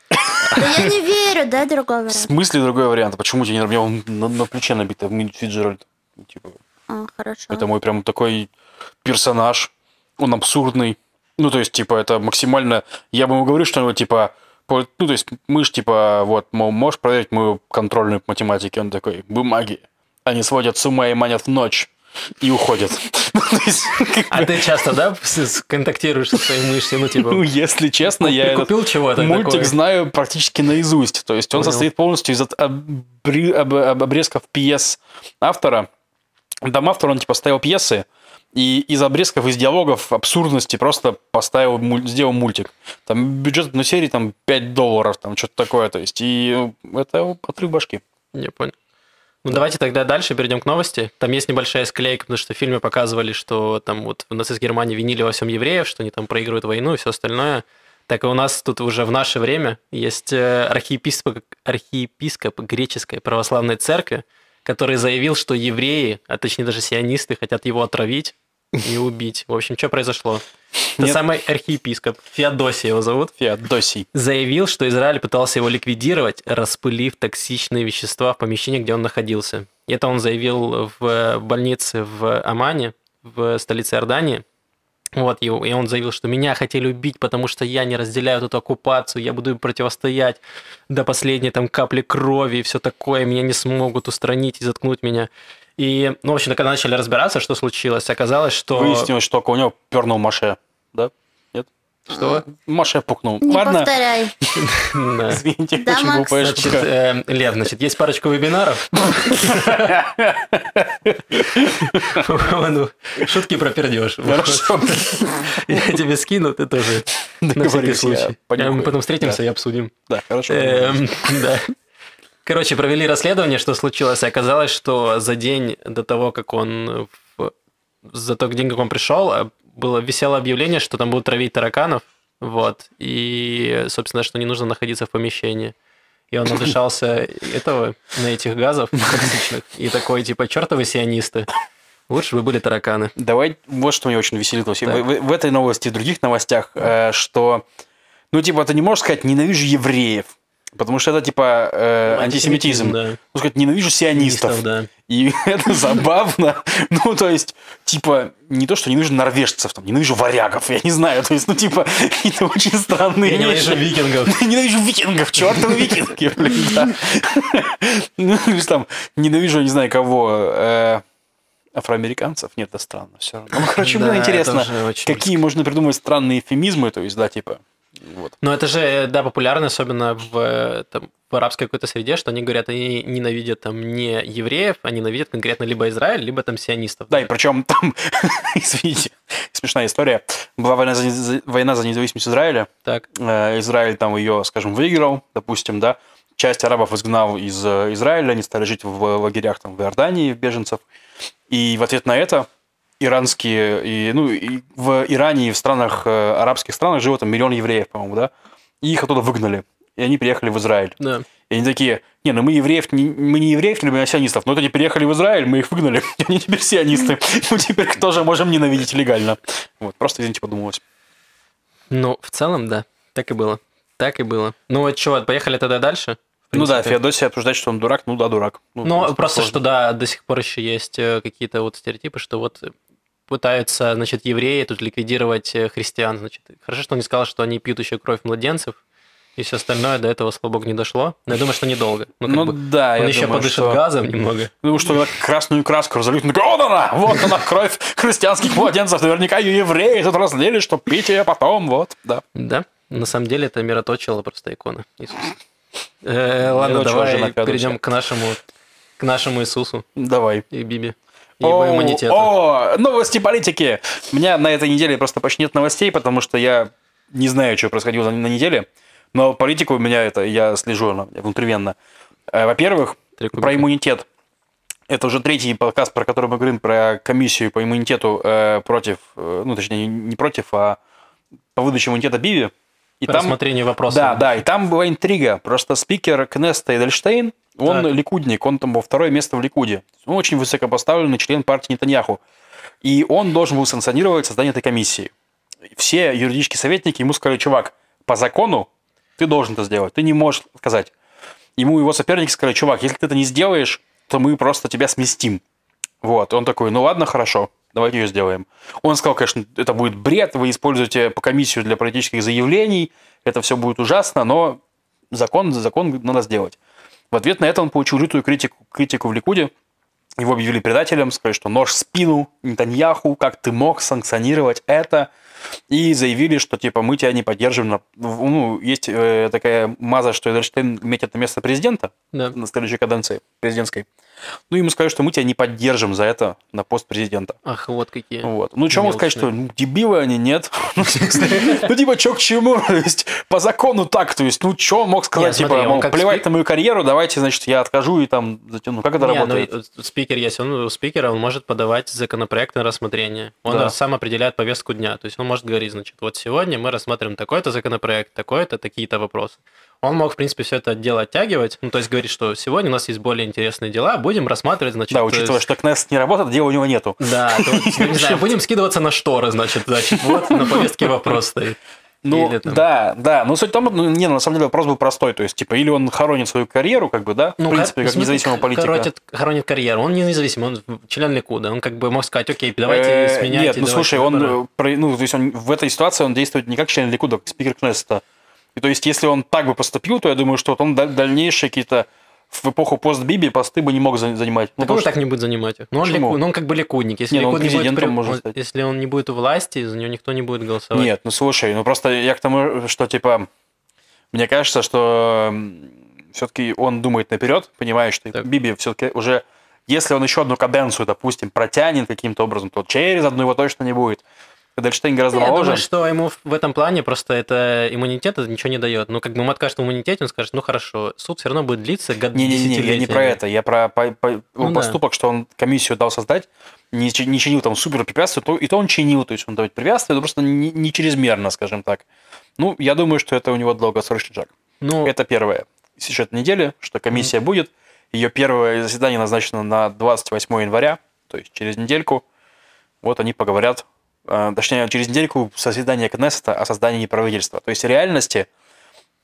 Speaker 3: Да я не верю, да, другой
Speaker 2: В
Speaker 3: вариант.
Speaker 2: смысле другой вариант? Почему тебе не нравится? У меня он на, на плече а набито м, Фицджеральд. Типа,
Speaker 3: А, хорошо.
Speaker 2: это мой прям такой персонаж. Он абсурдный. Ну, то есть, типа, это максимально... Я бы ему говорю что-нибудь, типа... по- Ну, то есть, мы ж, типа, вот, мол, можешь проверить мою контрольную по математике? Он такой, бумаги. Они сводят с ума и манят в ночь. и уходят. Ну, то есть, как
Speaker 1: А ты часто, да, с- с- контактируешь со своей мышцей? Ну,
Speaker 2: бы, ну,
Speaker 1: типа,
Speaker 2: если честно, я этот
Speaker 1: купил чего-то
Speaker 2: мультик
Speaker 1: такое?
Speaker 2: знаю практически наизусть. То есть он
Speaker 1: Понял.
Speaker 2: состоит полностью из от- обри- об- об- обрезков пьес автора. Там автор, он типа ставил пьесы, и из обрезков, из диалогов, абсурдности просто поставил, муль- сделал мультик. Там бюджет одной серии там 5 долларов, там что-то такое. То есть, и это отрыв башки.
Speaker 1: Я понял. Ну, давайте тогда дальше перейдем к новости. Там есть небольшая склейка, потому что в фильме показывали, что там вот у нас из Германии винили во всем евреев, что они там проигрывают войну и все остальное. Так и у нас тут уже в наше время есть э, архиепископ, архиепископ греческой православной церкви, который заявил, что евреи, а точнее даже сионисты, хотят его отравить и убить. В общем, что произошло? Это
Speaker 2: Нет.
Speaker 1: самый архиепископ, Феодосий его зовут,
Speaker 2: Феодосий.
Speaker 1: заявил, что Израиль пытался его ликвидировать, распылив токсичные вещества в помещении, где он находился. Это он заявил в больнице в Амане, в столице Иордании. Вот, и и он заявил, что меня хотели убить, потому что я не разделяю вот эту оккупацию, я буду им противостоять до последней там капли крови и все такое, меня не смогут устранить и заткнуть меня. И, ну, в общем, когда начали разбираться, что случилось, оказалось, что...
Speaker 2: Выяснилось, что у него пернул Маше. Да? Нет?
Speaker 1: Что?
Speaker 2: Маше пукнул.
Speaker 3: Не
Speaker 2: Ладно.
Speaker 3: повторяй.
Speaker 1: Да.
Speaker 2: Извините,
Speaker 3: Да,
Speaker 2: очень
Speaker 3: Макс.
Speaker 2: глупая
Speaker 1: Значит,
Speaker 2: шутка.
Speaker 1: э, Лев, значит, есть парочка вебинаров. Ну, Шутки про пердеж.
Speaker 2: Хорошо.
Speaker 1: Я тебе скину, ты тоже. На всякий
Speaker 2: Договорились, я
Speaker 1: случай. Э,
Speaker 2: понюхаю.
Speaker 1: Мы потом встретимся
Speaker 2: Да.
Speaker 1: и обсудим.
Speaker 2: Да, хорошо.
Speaker 1: Эм, Да. Короче, провели расследование, что случилось, и оказалось, что за день до того, как он... в- За тот день, как он пришел, э, было висело объявление, что там будут травить тараканов, вот, и, собственно, что не нужно находиться в помещении. И он надышался этого, на этих газов токсичных, и такой, типа, чертовы сионисты, лучше бы были тараканы.
Speaker 2: Давай, вот что меня очень веселит. Василий.
Speaker 1: Так.
Speaker 2: В, в- в этой новости, и в других новостях, э, что, ну, типа, ты не можешь сказать «ненавижу евреев», потому что это, типа, э, антисемитизм. Можно
Speaker 1: да.
Speaker 2: сказать «ненавижу сионистов».
Speaker 1: Сионистов, да.
Speaker 2: И это забавно. Ну, то есть, типа, не то, что ненавижу норвежцев, там, ненавижу варягов, я не знаю. То есть, ну, типа, это очень странные
Speaker 1: Я ненавижу
Speaker 2: вещи.
Speaker 1: викингов.
Speaker 2: Ненавижу викингов, чертовы викинги, блин, да. Ну, то есть там, ненавижу, не знаю, кого, э, афроамериканцев, нет, это странно, все равно. Ну, короче,
Speaker 1: Да,
Speaker 2: мне
Speaker 1: это
Speaker 2: интересно,
Speaker 1: уже очень
Speaker 2: какие можно придумать странные эфемизмы, то есть, да, типа, вот.
Speaker 1: Ну, это же, э, да, популярно, особенно в, э, там, в арабской какой-то среде, что они говорят, они ненавидят там не евреев, они ненавидят конкретно либо Израиль, либо там сионистов.
Speaker 2: Да, и причем там, извините, смешная история, была война за, не- за- война за независимость Израиля,
Speaker 1: Так,
Speaker 2: Э, Израиль там ее, скажем, выиграл, допустим, да, часть арабов изгнал из э, Израиля, они стали жить в лагерях там в Иордании, беженцев, и в ответ на это иранские, и, ну, и в Иране и в странах, э, арабских странах живет там миллион евреев, по-моему, да, и их оттуда выгнали, и они приехали в Израиль.
Speaker 1: да.
Speaker 2: И они такие, не, ну мы евреев, не, мы не евреев, не любим, а сионистов, но вот они приехали в Израиль, мы их выгнали, и они теперь сионисты, мы теперь их тоже можем ненавидеть легально. Вот, просто, извините, подумалось.
Speaker 1: Ну, в целом, да, так и было. Так и было. Ну, вот чего, поехали тогда дальше? в
Speaker 2: Ну да,
Speaker 1: принципе.
Speaker 2: Феодосия обсуждать, что он дурак, ну да, дурак. Ну, в
Speaker 1: Ну,
Speaker 2: принципе,
Speaker 1: просто
Speaker 2: сложно.
Speaker 1: что, да, до сих пор еще есть э, какие-то вот стереотипы, что вот э, пытаются, значит, евреи тут ликвидировать э, христиан, значит. Хорошо, что он не сказал, что они пьют еще кровь младенцев, и все остальное до этого, слава богу, не дошло. Но я думаю, что недолго. Ну, как
Speaker 2: Ну
Speaker 1: бы
Speaker 2: да,
Speaker 1: он
Speaker 2: я
Speaker 1: еще
Speaker 2: думаю,
Speaker 1: подышит
Speaker 2: что...
Speaker 1: газом немного.
Speaker 2: Ну, что когда красную краску разольют, он такой, вот она, вот она, кровь христианских младенцев, наверняка ее евреи тут разлили, что пить ее потом, вот, да.
Speaker 1: Да, на самом деле это мироточила просто икона Иисуса. Э, Ладно,
Speaker 2: Мироточила жена
Speaker 1: давай
Speaker 2: Феодосия.
Speaker 1: перейдем к нашему, к нашему Иисусу
Speaker 2: Давай.
Speaker 1: и Биби. И его
Speaker 2: Оу,
Speaker 1: иммунитету.
Speaker 2: О, новости политики! У меня на этой неделе просто почти нет новостей, потому что я не знаю, что происходило на- на неделе, но политику у меня это, я слежу она внутривенно. Э, Во-первых,
Speaker 1: Три кубика.
Speaker 2: про иммунитет. Это уже третий подкаст, про который мы говорим, про комиссию по иммунитету э, против, э, ну, точнее, не против, а по выдаче иммунитета Биви. И
Speaker 1: По
Speaker 2: там,
Speaker 1: рассмотрению вопроса.
Speaker 2: да, да, и там была интрига. Просто спикер Кнеста Эдельштейн, он
Speaker 1: Так.
Speaker 2: ликудник, он там во второе место в Ликуде. Он очень высокопоставленный член партии Нетаньяху. И он должен был санкционировать создание этой комиссии. Все юридические советники ему сказали, чувак, по закону ты должен это сделать, ты не можешь сказать. Ему его соперники сказали, чувак, если ты это не сделаешь, то мы просто тебя сместим. Вот, он такой, ну ладно, хорошо, давайте ее сделаем. Он сказал, конечно, это будет бред, вы используете по комиссию для политических заявлений, это все будет ужасно, но закон, закон надо сделать. В ответ на это он получил лютую критику, критику в Ликуде, Его объявили предателем, сказали, что нож в спину Нетаньяху, как ты мог санкционировать это? И заявили, что типа мы тебя не поддерживаем. на- в- Ну, есть э, такая маза, что Эдельштейн метит на место президента
Speaker 1: Да.
Speaker 2: на следующей каденции президентской. Ну, ему сказали, что мы тебя не поддержим за это на пост президента.
Speaker 1: Ах, вот какие.
Speaker 2: Вот. Ну, что могу сказать, что
Speaker 1: Мелочные.
Speaker 2: ну, дебилы они, нет? Ну, в смысле, ну, типа, чё к чему? То есть, по закону так, то есть, ну, что он мог сказать?
Speaker 1: Не, смотри,
Speaker 2: Типа,
Speaker 1: он
Speaker 2: мол,
Speaker 1: как
Speaker 2: плевать
Speaker 1: спи-
Speaker 2: на мою карьеру, давайте, значит, я откажу и там затяну. Как это
Speaker 1: Не, ну,
Speaker 2: работает?
Speaker 1: э, спикер есть, он у спикера, он может подавать законопроект на рассмотрение. Он
Speaker 2: Да.
Speaker 1: сам определяет повестку дня. То есть он может говорить, значит, вот сегодня мы рассмотрим такой-то законопроект, такой-то, такие-то вопросы. Он мог, в принципе, все это дело оттягивать. Ну, то есть говорить, что сегодня у нас есть более интересные дела, будем рассматривать, значит...
Speaker 2: Да,
Speaker 1: э,
Speaker 2: учитывая, что Кнест не работает, дела у него нету.
Speaker 1: Да, то, ну, не знаю, будем скидываться на шторы, значит, значит, вот на повестке вопрос стоит.
Speaker 2: Ну,
Speaker 1: Или там-
Speaker 2: да, да. Но суть в том, ну, не, ну, на самом деле вопрос был простой. То есть, типа, или он хоронит свою карьеру, как бы, да, в принципе,
Speaker 1: кор-
Speaker 2: как независимого
Speaker 1: х-
Speaker 2: политика.
Speaker 1: Хоронит, хоронит карьеру. Он не независимый, он член Ликуда. Он как бы мог сказать, окей, давайте
Speaker 2: Э,
Speaker 1: сменять.
Speaker 2: Нет,
Speaker 1: и
Speaker 2: ну
Speaker 1: давайте
Speaker 2: слушай, он
Speaker 1: выборы».
Speaker 2: э, про- ну, то есть он в этой ситуации он действует не как член Ликуда, а как спикер Кнессета. И то есть, если он так бы поступил, то я думаю, что вот он даль- дальнейшие какие-то в эпоху пост Биби посты бы не мог за- занимать. Ну,
Speaker 1: Так он
Speaker 2: потому
Speaker 1: и так
Speaker 2: что-
Speaker 1: не будет занимать их. Ну, он,
Speaker 2: Почему?
Speaker 1: лику- ну, он как бы ликудник. Если,
Speaker 2: Не, ну, он
Speaker 1: ликуд не будет
Speaker 2: президентом
Speaker 1: при-
Speaker 2: может
Speaker 1: он-
Speaker 2: стать.
Speaker 1: если он не будет у власти, за него никто не будет голосовать.
Speaker 2: Нет, ну слушай, ну просто я к тому, что типа мне кажется, что все-таки он думает наперед, понимаешь, что
Speaker 1: Так.
Speaker 2: Биби все-таки уже, если он еще одну каденцию, допустим, протянет каким-то образом, то через одну его точно не будет. Эдельштейн гораздо
Speaker 1: Ну, Я
Speaker 2: моложе.
Speaker 1: думаю, что ему в- в этом плане просто это иммунитет это ничего не дает. Ну, как бы ему откажут в иммунитете, он скажет, ну хорошо, суд все равно будет длиться год
Speaker 2: Не-не-не, я не про это, я про по- по- его
Speaker 1: Ну да.
Speaker 2: поступок, что он комиссию дал создать, не, чи- не чинил там супер препятствия, то, и то он чинил, то есть он давать препятствия, но просто не, не чрезмерно, скажем так. Ну, я думаю, что это у него долгосрочный шаг.
Speaker 1: Ну,
Speaker 2: Это первое. Сейчас неделя, что комиссия будет, ее первое заседание назначено на 28 января, то есть через недельку. Вот они поговорят, э, точнее, через недельку соседание Кнессета о создании правительства. То есть в реальности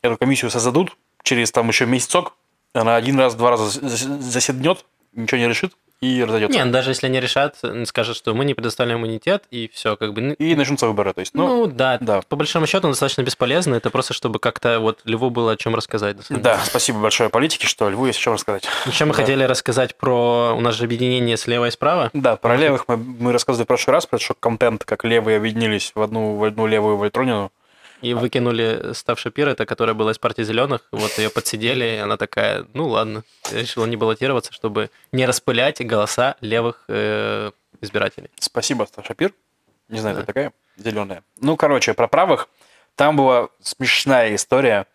Speaker 2: эту комиссию создадут через там еще месяцок, она один раз, два раза зас- заседнет, ничего не решит и разойдется.
Speaker 1: не, даже если они решат, э, скажут, что мы не предоставляем иммунитет, и все, как бы... ну,
Speaker 2: И начнутся выборы. То есть,
Speaker 1: Ну,
Speaker 2: ну,
Speaker 1: да,
Speaker 2: да.
Speaker 1: по большому счету он достаточно бесполезно, это просто чтобы как-то вот Льву было о чем рассказать. на самом
Speaker 2: да, спасибо большое политике, что Льву есть о чем рассказать.
Speaker 1: Еще мы
Speaker 2: Да.
Speaker 1: хотели рассказать про у нас же объединение слева и справа.
Speaker 2: Да, про левых мы, мы рассказывали в прошлый раз, про шок-контент, как левые объединились в одну, в одну левую Вольтронину.
Speaker 1: И выкинули Став Шапир, это которая была из партии зеленых. Вот ее подсидели, и она такая, ну ладно, решила не баллотироваться, чтобы не распылять голоса левых э, избирателей.
Speaker 2: Спасибо, Стас Шапир. Не знаю,
Speaker 1: Да.
Speaker 2: это такая зеленая. Ну, короче, про правых. Там была смешная история.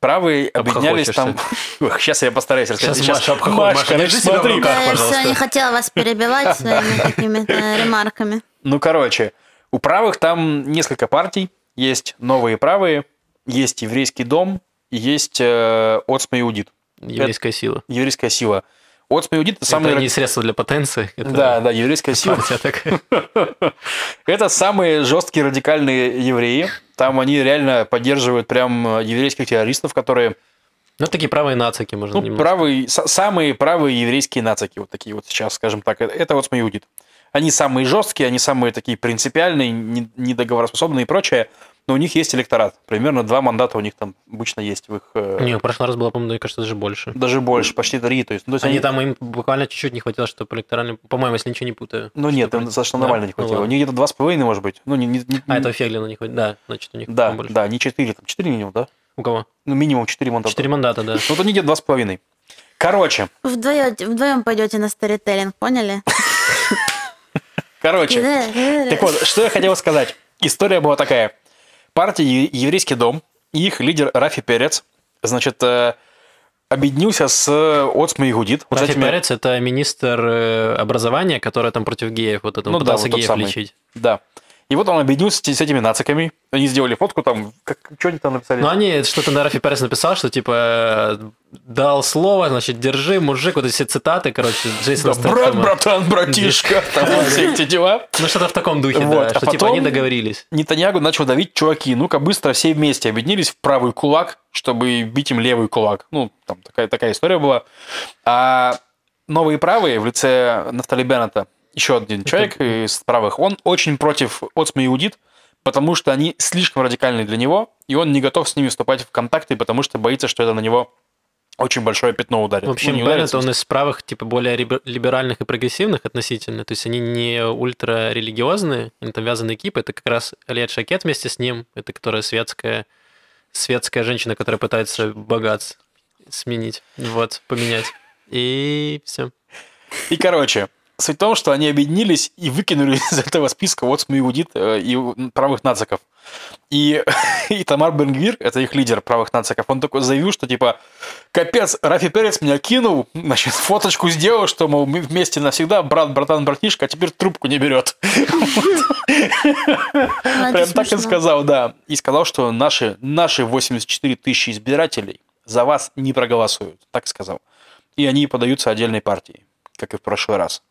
Speaker 2: Правые объединялись там... Сейчас я постараюсь рассказать.
Speaker 1: Сейчас Маша обхохочет. Маша,
Speaker 2: короче,
Speaker 1: держи себя в
Speaker 2: смотри.
Speaker 1: руках.
Speaker 3: Да, я
Speaker 1: пожалуйста.
Speaker 3: все не хотела вас перебивать своими какими-то ремарками.
Speaker 2: Ну, короче, у правых там несколько партий. Есть новые правые, есть еврейский дом, и есть э, Оцма Иудит.
Speaker 1: Еврейская сила.
Speaker 2: Еврейская сила. Оцма Иудит – это самый...
Speaker 1: это не средство для потенции. это
Speaker 2: Да, да, еврейская сила.
Speaker 1: партия такая.
Speaker 2: Это самые жесткие радикальные евреи. Там они реально поддерживают прям э, еврейских террористов, которые
Speaker 1: Ну, такие правые нацики, можно
Speaker 2: ну,
Speaker 1: немножко.
Speaker 2: правые, са- самые правые еврейские нацики, вот такие вот сейчас, скажем так. Э, Это вот Смаюдит. Они самые жесткие, они самые такие принципиальные, не- недоговороспособные и прочее. Но у них есть электорат. Примерно два мандата у них там обычно есть в их... э,
Speaker 1: Не, в прошлый раз было, по-моему, мне кажется, даже больше.
Speaker 2: Даже больше, почти три. То есть, ну, то есть
Speaker 1: Они там им буквально чуть-чуть не хватило, чтобы электоральный... По-моему, если ничего не путаю.
Speaker 2: Ну нет,
Speaker 1: что-то
Speaker 2: им достаточно
Speaker 1: да?
Speaker 2: нормально не
Speaker 1: Ну
Speaker 2: хватило. У
Speaker 1: ладно.
Speaker 2: них где-то два с половиной, может быть. Ну, не, не- не-
Speaker 1: А, это Феглина не хватит. Да, значит, у них
Speaker 2: Да,
Speaker 1: больше.
Speaker 2: да, не четыре, там четыре минимум, да?
Speaker 1: У кого?
Speaker 2: Ну, минимум четыре мандата.
Speaker 1: Четыре мандата, да.
Speaker 2: Ну, вот они где-то два с половиной. Короче,
Speaker 3: Вдвоем, вдвоем пойдете на старителлинг, поняли?
Speaker 2: короче. Так вот, что я хотел сказать. История была такая. Партия «Е- «Еврейский дом» и их лидер Рафи Перец, значит, э, объединился с Отсма и Гудит. Вот с
Speaker 1: Рафи
Speaker 2: этими-
Speaker 1: Перец это министр э, образования, который там против геев, вот это
Speaker 2: Ну
Speaker 1: ну,
Speaker 2: да,
Speaker 1: пытался
Speaker 2: вот тот
Speaker 1: геев
Speaker 2: самый.
Speaker 1: лечить.
Speaker 2: Да. И вот он объединился с этими нациками. Они сделали фотку там, как, что они там написали?
Speaker 1: Но Ну, они что-то на Рафи Перец написал, что типа э, дал слово, значит, держи, мужик, вот эти все цитаты, короче, Джейсона
Speaker 2: Да, брат,
Speaker 1: Стэтхэма.
Speaker 2: братан, братишка, там вот все эти дела.
Speaker 1: Ну что-то в таком духе,
Speaker 2: Вот, а
Speaker 1: да, что типа
Speaker 2: потом-
Speaker 1: они договорились.
Speaker 2: Нетаньягу начал давить, чуваки, ну-ка быстро все вместе объединились в правый кулак, чтобы бить им левый кулак. Ну, там такая, такая история была. А новые правые в лице Нафтали Беннета, еще один человек из правых, он очень против Оцма Иудит, потому что они слишком радикальны для него, и он не готов с ними вступать в контакты, потому что боится, что это на него очень большое пятно ударит.
Speaker 1: В общем,
Speaker 2: Ну, не
Speaker 1: Беннет,
Speaker 2: ударит, в
Speaker 1: он
Speaker 2: смысле.
Speaker 1: из правых, типа, более рибе- либеральных и прогрессивных относительно. То есть они не ультрарелигиозные, они там вязаные экипы. Это как раз Лет Шакет вместе с ним, это которая светская, светская женщина, которая пытается богатство сменить, вот, поменять. И все.
Speaker 2: И, короче, суть в том, что они объединились и выкинули из этого списка вот Миудит и у- правых нациков. И, и Тамар Бенгвир, это их лидер правых нациков, он такой заявил, что типа, капец, Рафи Перец меня кинул, значит, фоточку сделал, что, мол, мы вместе навсегда, брат, братан, братишка, а теперь трубку не берет.
Speaker 3: Ну, это
Speaker 2: Прям так и
Speaker 3: смешно.
Speaker 2: сказал, да. И сказал, что наши, наши 84 тысячи избирателей за вас не проголосуют. Так сказал. И они подаются отдельной партии, как и в прошлый раз.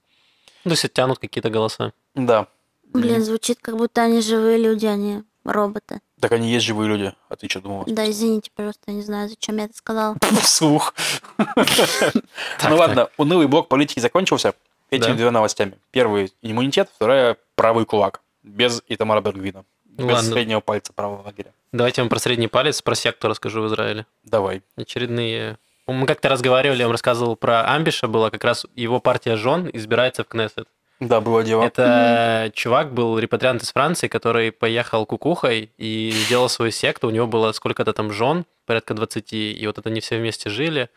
Speaker 1: Ну, то есть тянут какие-то голоса.
Speaker 2: Да.
Speaker 3: Блин, звучит, как будто они живые люди, они роботы.
Speaker 2: Так они есть живые люди, а ты что думал?
Speaker 3: Да, извините, пожалуйста, не знаю, зачем я это сказала.
Speaker 2: Вслух. Ну
Speaker 1: так.
Speaker 2: ладно, унылый блок политики закончился этими
Speaker 1: Да.
Speaker 2: двумя новостями. Первый – иммунитет, вторая – правый кулак. Без Итамара Бергвина.
Speaker 1: Ну
Speaker 2: без
Speaker 1: ладно.
Speaker 2: среднего пальца правого лагеря.
Speaker 1: Давайте я вам про средний палец, про секту расскажу в Израиле.
Speaker 2: Давай.
Speaker 1: Очередные... Мы как-то разговаривали, я вам рассказывал про Амбиша, была как раз его партия жен избирается в Кнессет.
Speaker 2: Да, было дело.
Speaker 1: Это чувак был репатриант из Франции, который поехал кукухой и сделал свою секту. У него было сколько-то там жен, порядка 20, и вот это они все вместе жили.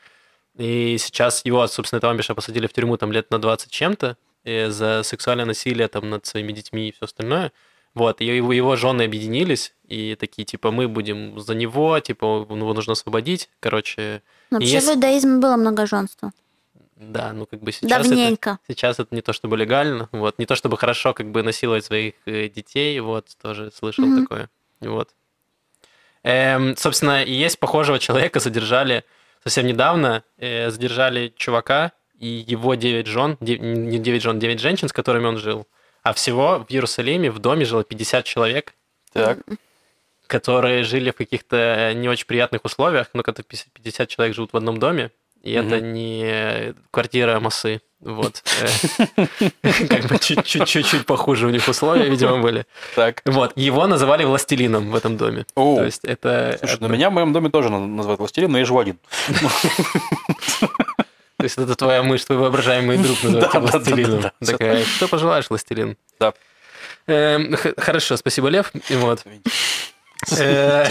Speaker 1: И сейчас его, собственно, этого амбиша посадили в тюрьму там лет на 20 чем-то э, за сексуальное насилие там над своими детьми и все остальное. Вот, и его, его жены объединились, и такие, типа, мы будем за него, типа, он- его нужно освободить. Короче,
Speaker 3: Но вообще
Speaker 1: Если-
Speaker 3: в иудаизме было многоженство.
Speaker 1: да, ну как бы сейчас это-
Speaker 3: Давненько.
Speaker 1: Сейчас это не то чтобы легально, вот, не то чтобы хорошо как бы насиловать своих э, детей, вот, тоже слышал
Speaker 3: Мгм.
Speaker 1: такое, вот. Эм, собственно, и есть похожего человека, задержали совсем недавно, э, задержали чувака и его 9 жен, де- не 9 жен, 9 женщин, с которыми он жил, а всего в Иерусалиме в доме жило 50 человек,
Speaker 2: Так.
Speaker 1: которые жили в каких-то не очень приятных условиях, ну, когда 50 человек живут в одном доме, и
Speaker 2: Мгм.
Speaker 1: это не квартира массы, вот. Э, Как бы чуть-чуть похуже у них условия, видимо, были.
Speaker 2: Так.
Speaker 1: Вот, его называли властелином в этом доме.
Speaker 2: О,
Speaker 1: То есть это...
Speaker 2: слушай,
Speaker 1: это-
Speaker 2: ну меня в моем доме тоже на- называют властелин, но я живу один.
Speaker 1: То есть это твоя мышь, твой воображаемый друг называет тебя
Speaker 2: Да, да, да,
Speaker 1: властелином.
Speaker 2: да, да.
Speaker 1: Такая, что пожелаешь, властелин?
Speaker 2: Да.
Speaker 1: Эм, х- Хорошо, спасибо, Лев. И Вот. Э,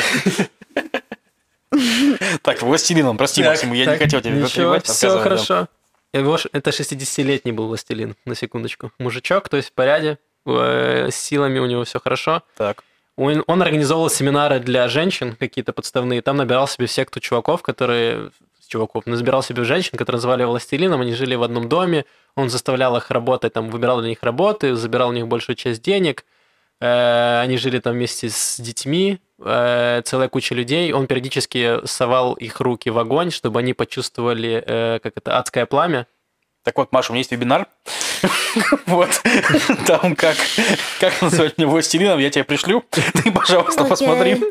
Speaker 2: Так, властелином, прости,
Speaker 1: Так,
Speaker 2: Максим, я не
Speaker 1: так,
Speaker 2: хотел тебя
Speaker 1: Ничего,
Speaker 2: перебивать.
Speaker 1: все
Speaker 2: рассказывай, да.
Speaker 1: хорошо. Его ж- это 60-летний был властелин, на секундочку. Мужичок, то есть в порядке, э, с силами у него все хорошо.
Speaker 2: Так.
Speaker 1: Он, он организовал семинары для женщин какие-то подставные, там набирал себе секту чуваков, которые... Чуваков, набирал себе женщин, которые называли его властелином, они жили в одном доме, он заставлял их работать, там, выбирал для них работы, забирал у них большую часть денег, Э, они жили там вместе с детьми, э, целая куча людей. Он периодически совал их руки в огонь, чтобы они почувствовали, э, как это, адское пламя.
Speaker 2: Так вот, Маша, у меня есть вебинар. Вот. Там как, как называть меня властелином, я тебе пришлю. Ты, пожалуйста,
Speaker 3: Окей.
Speaker 2: посмотри.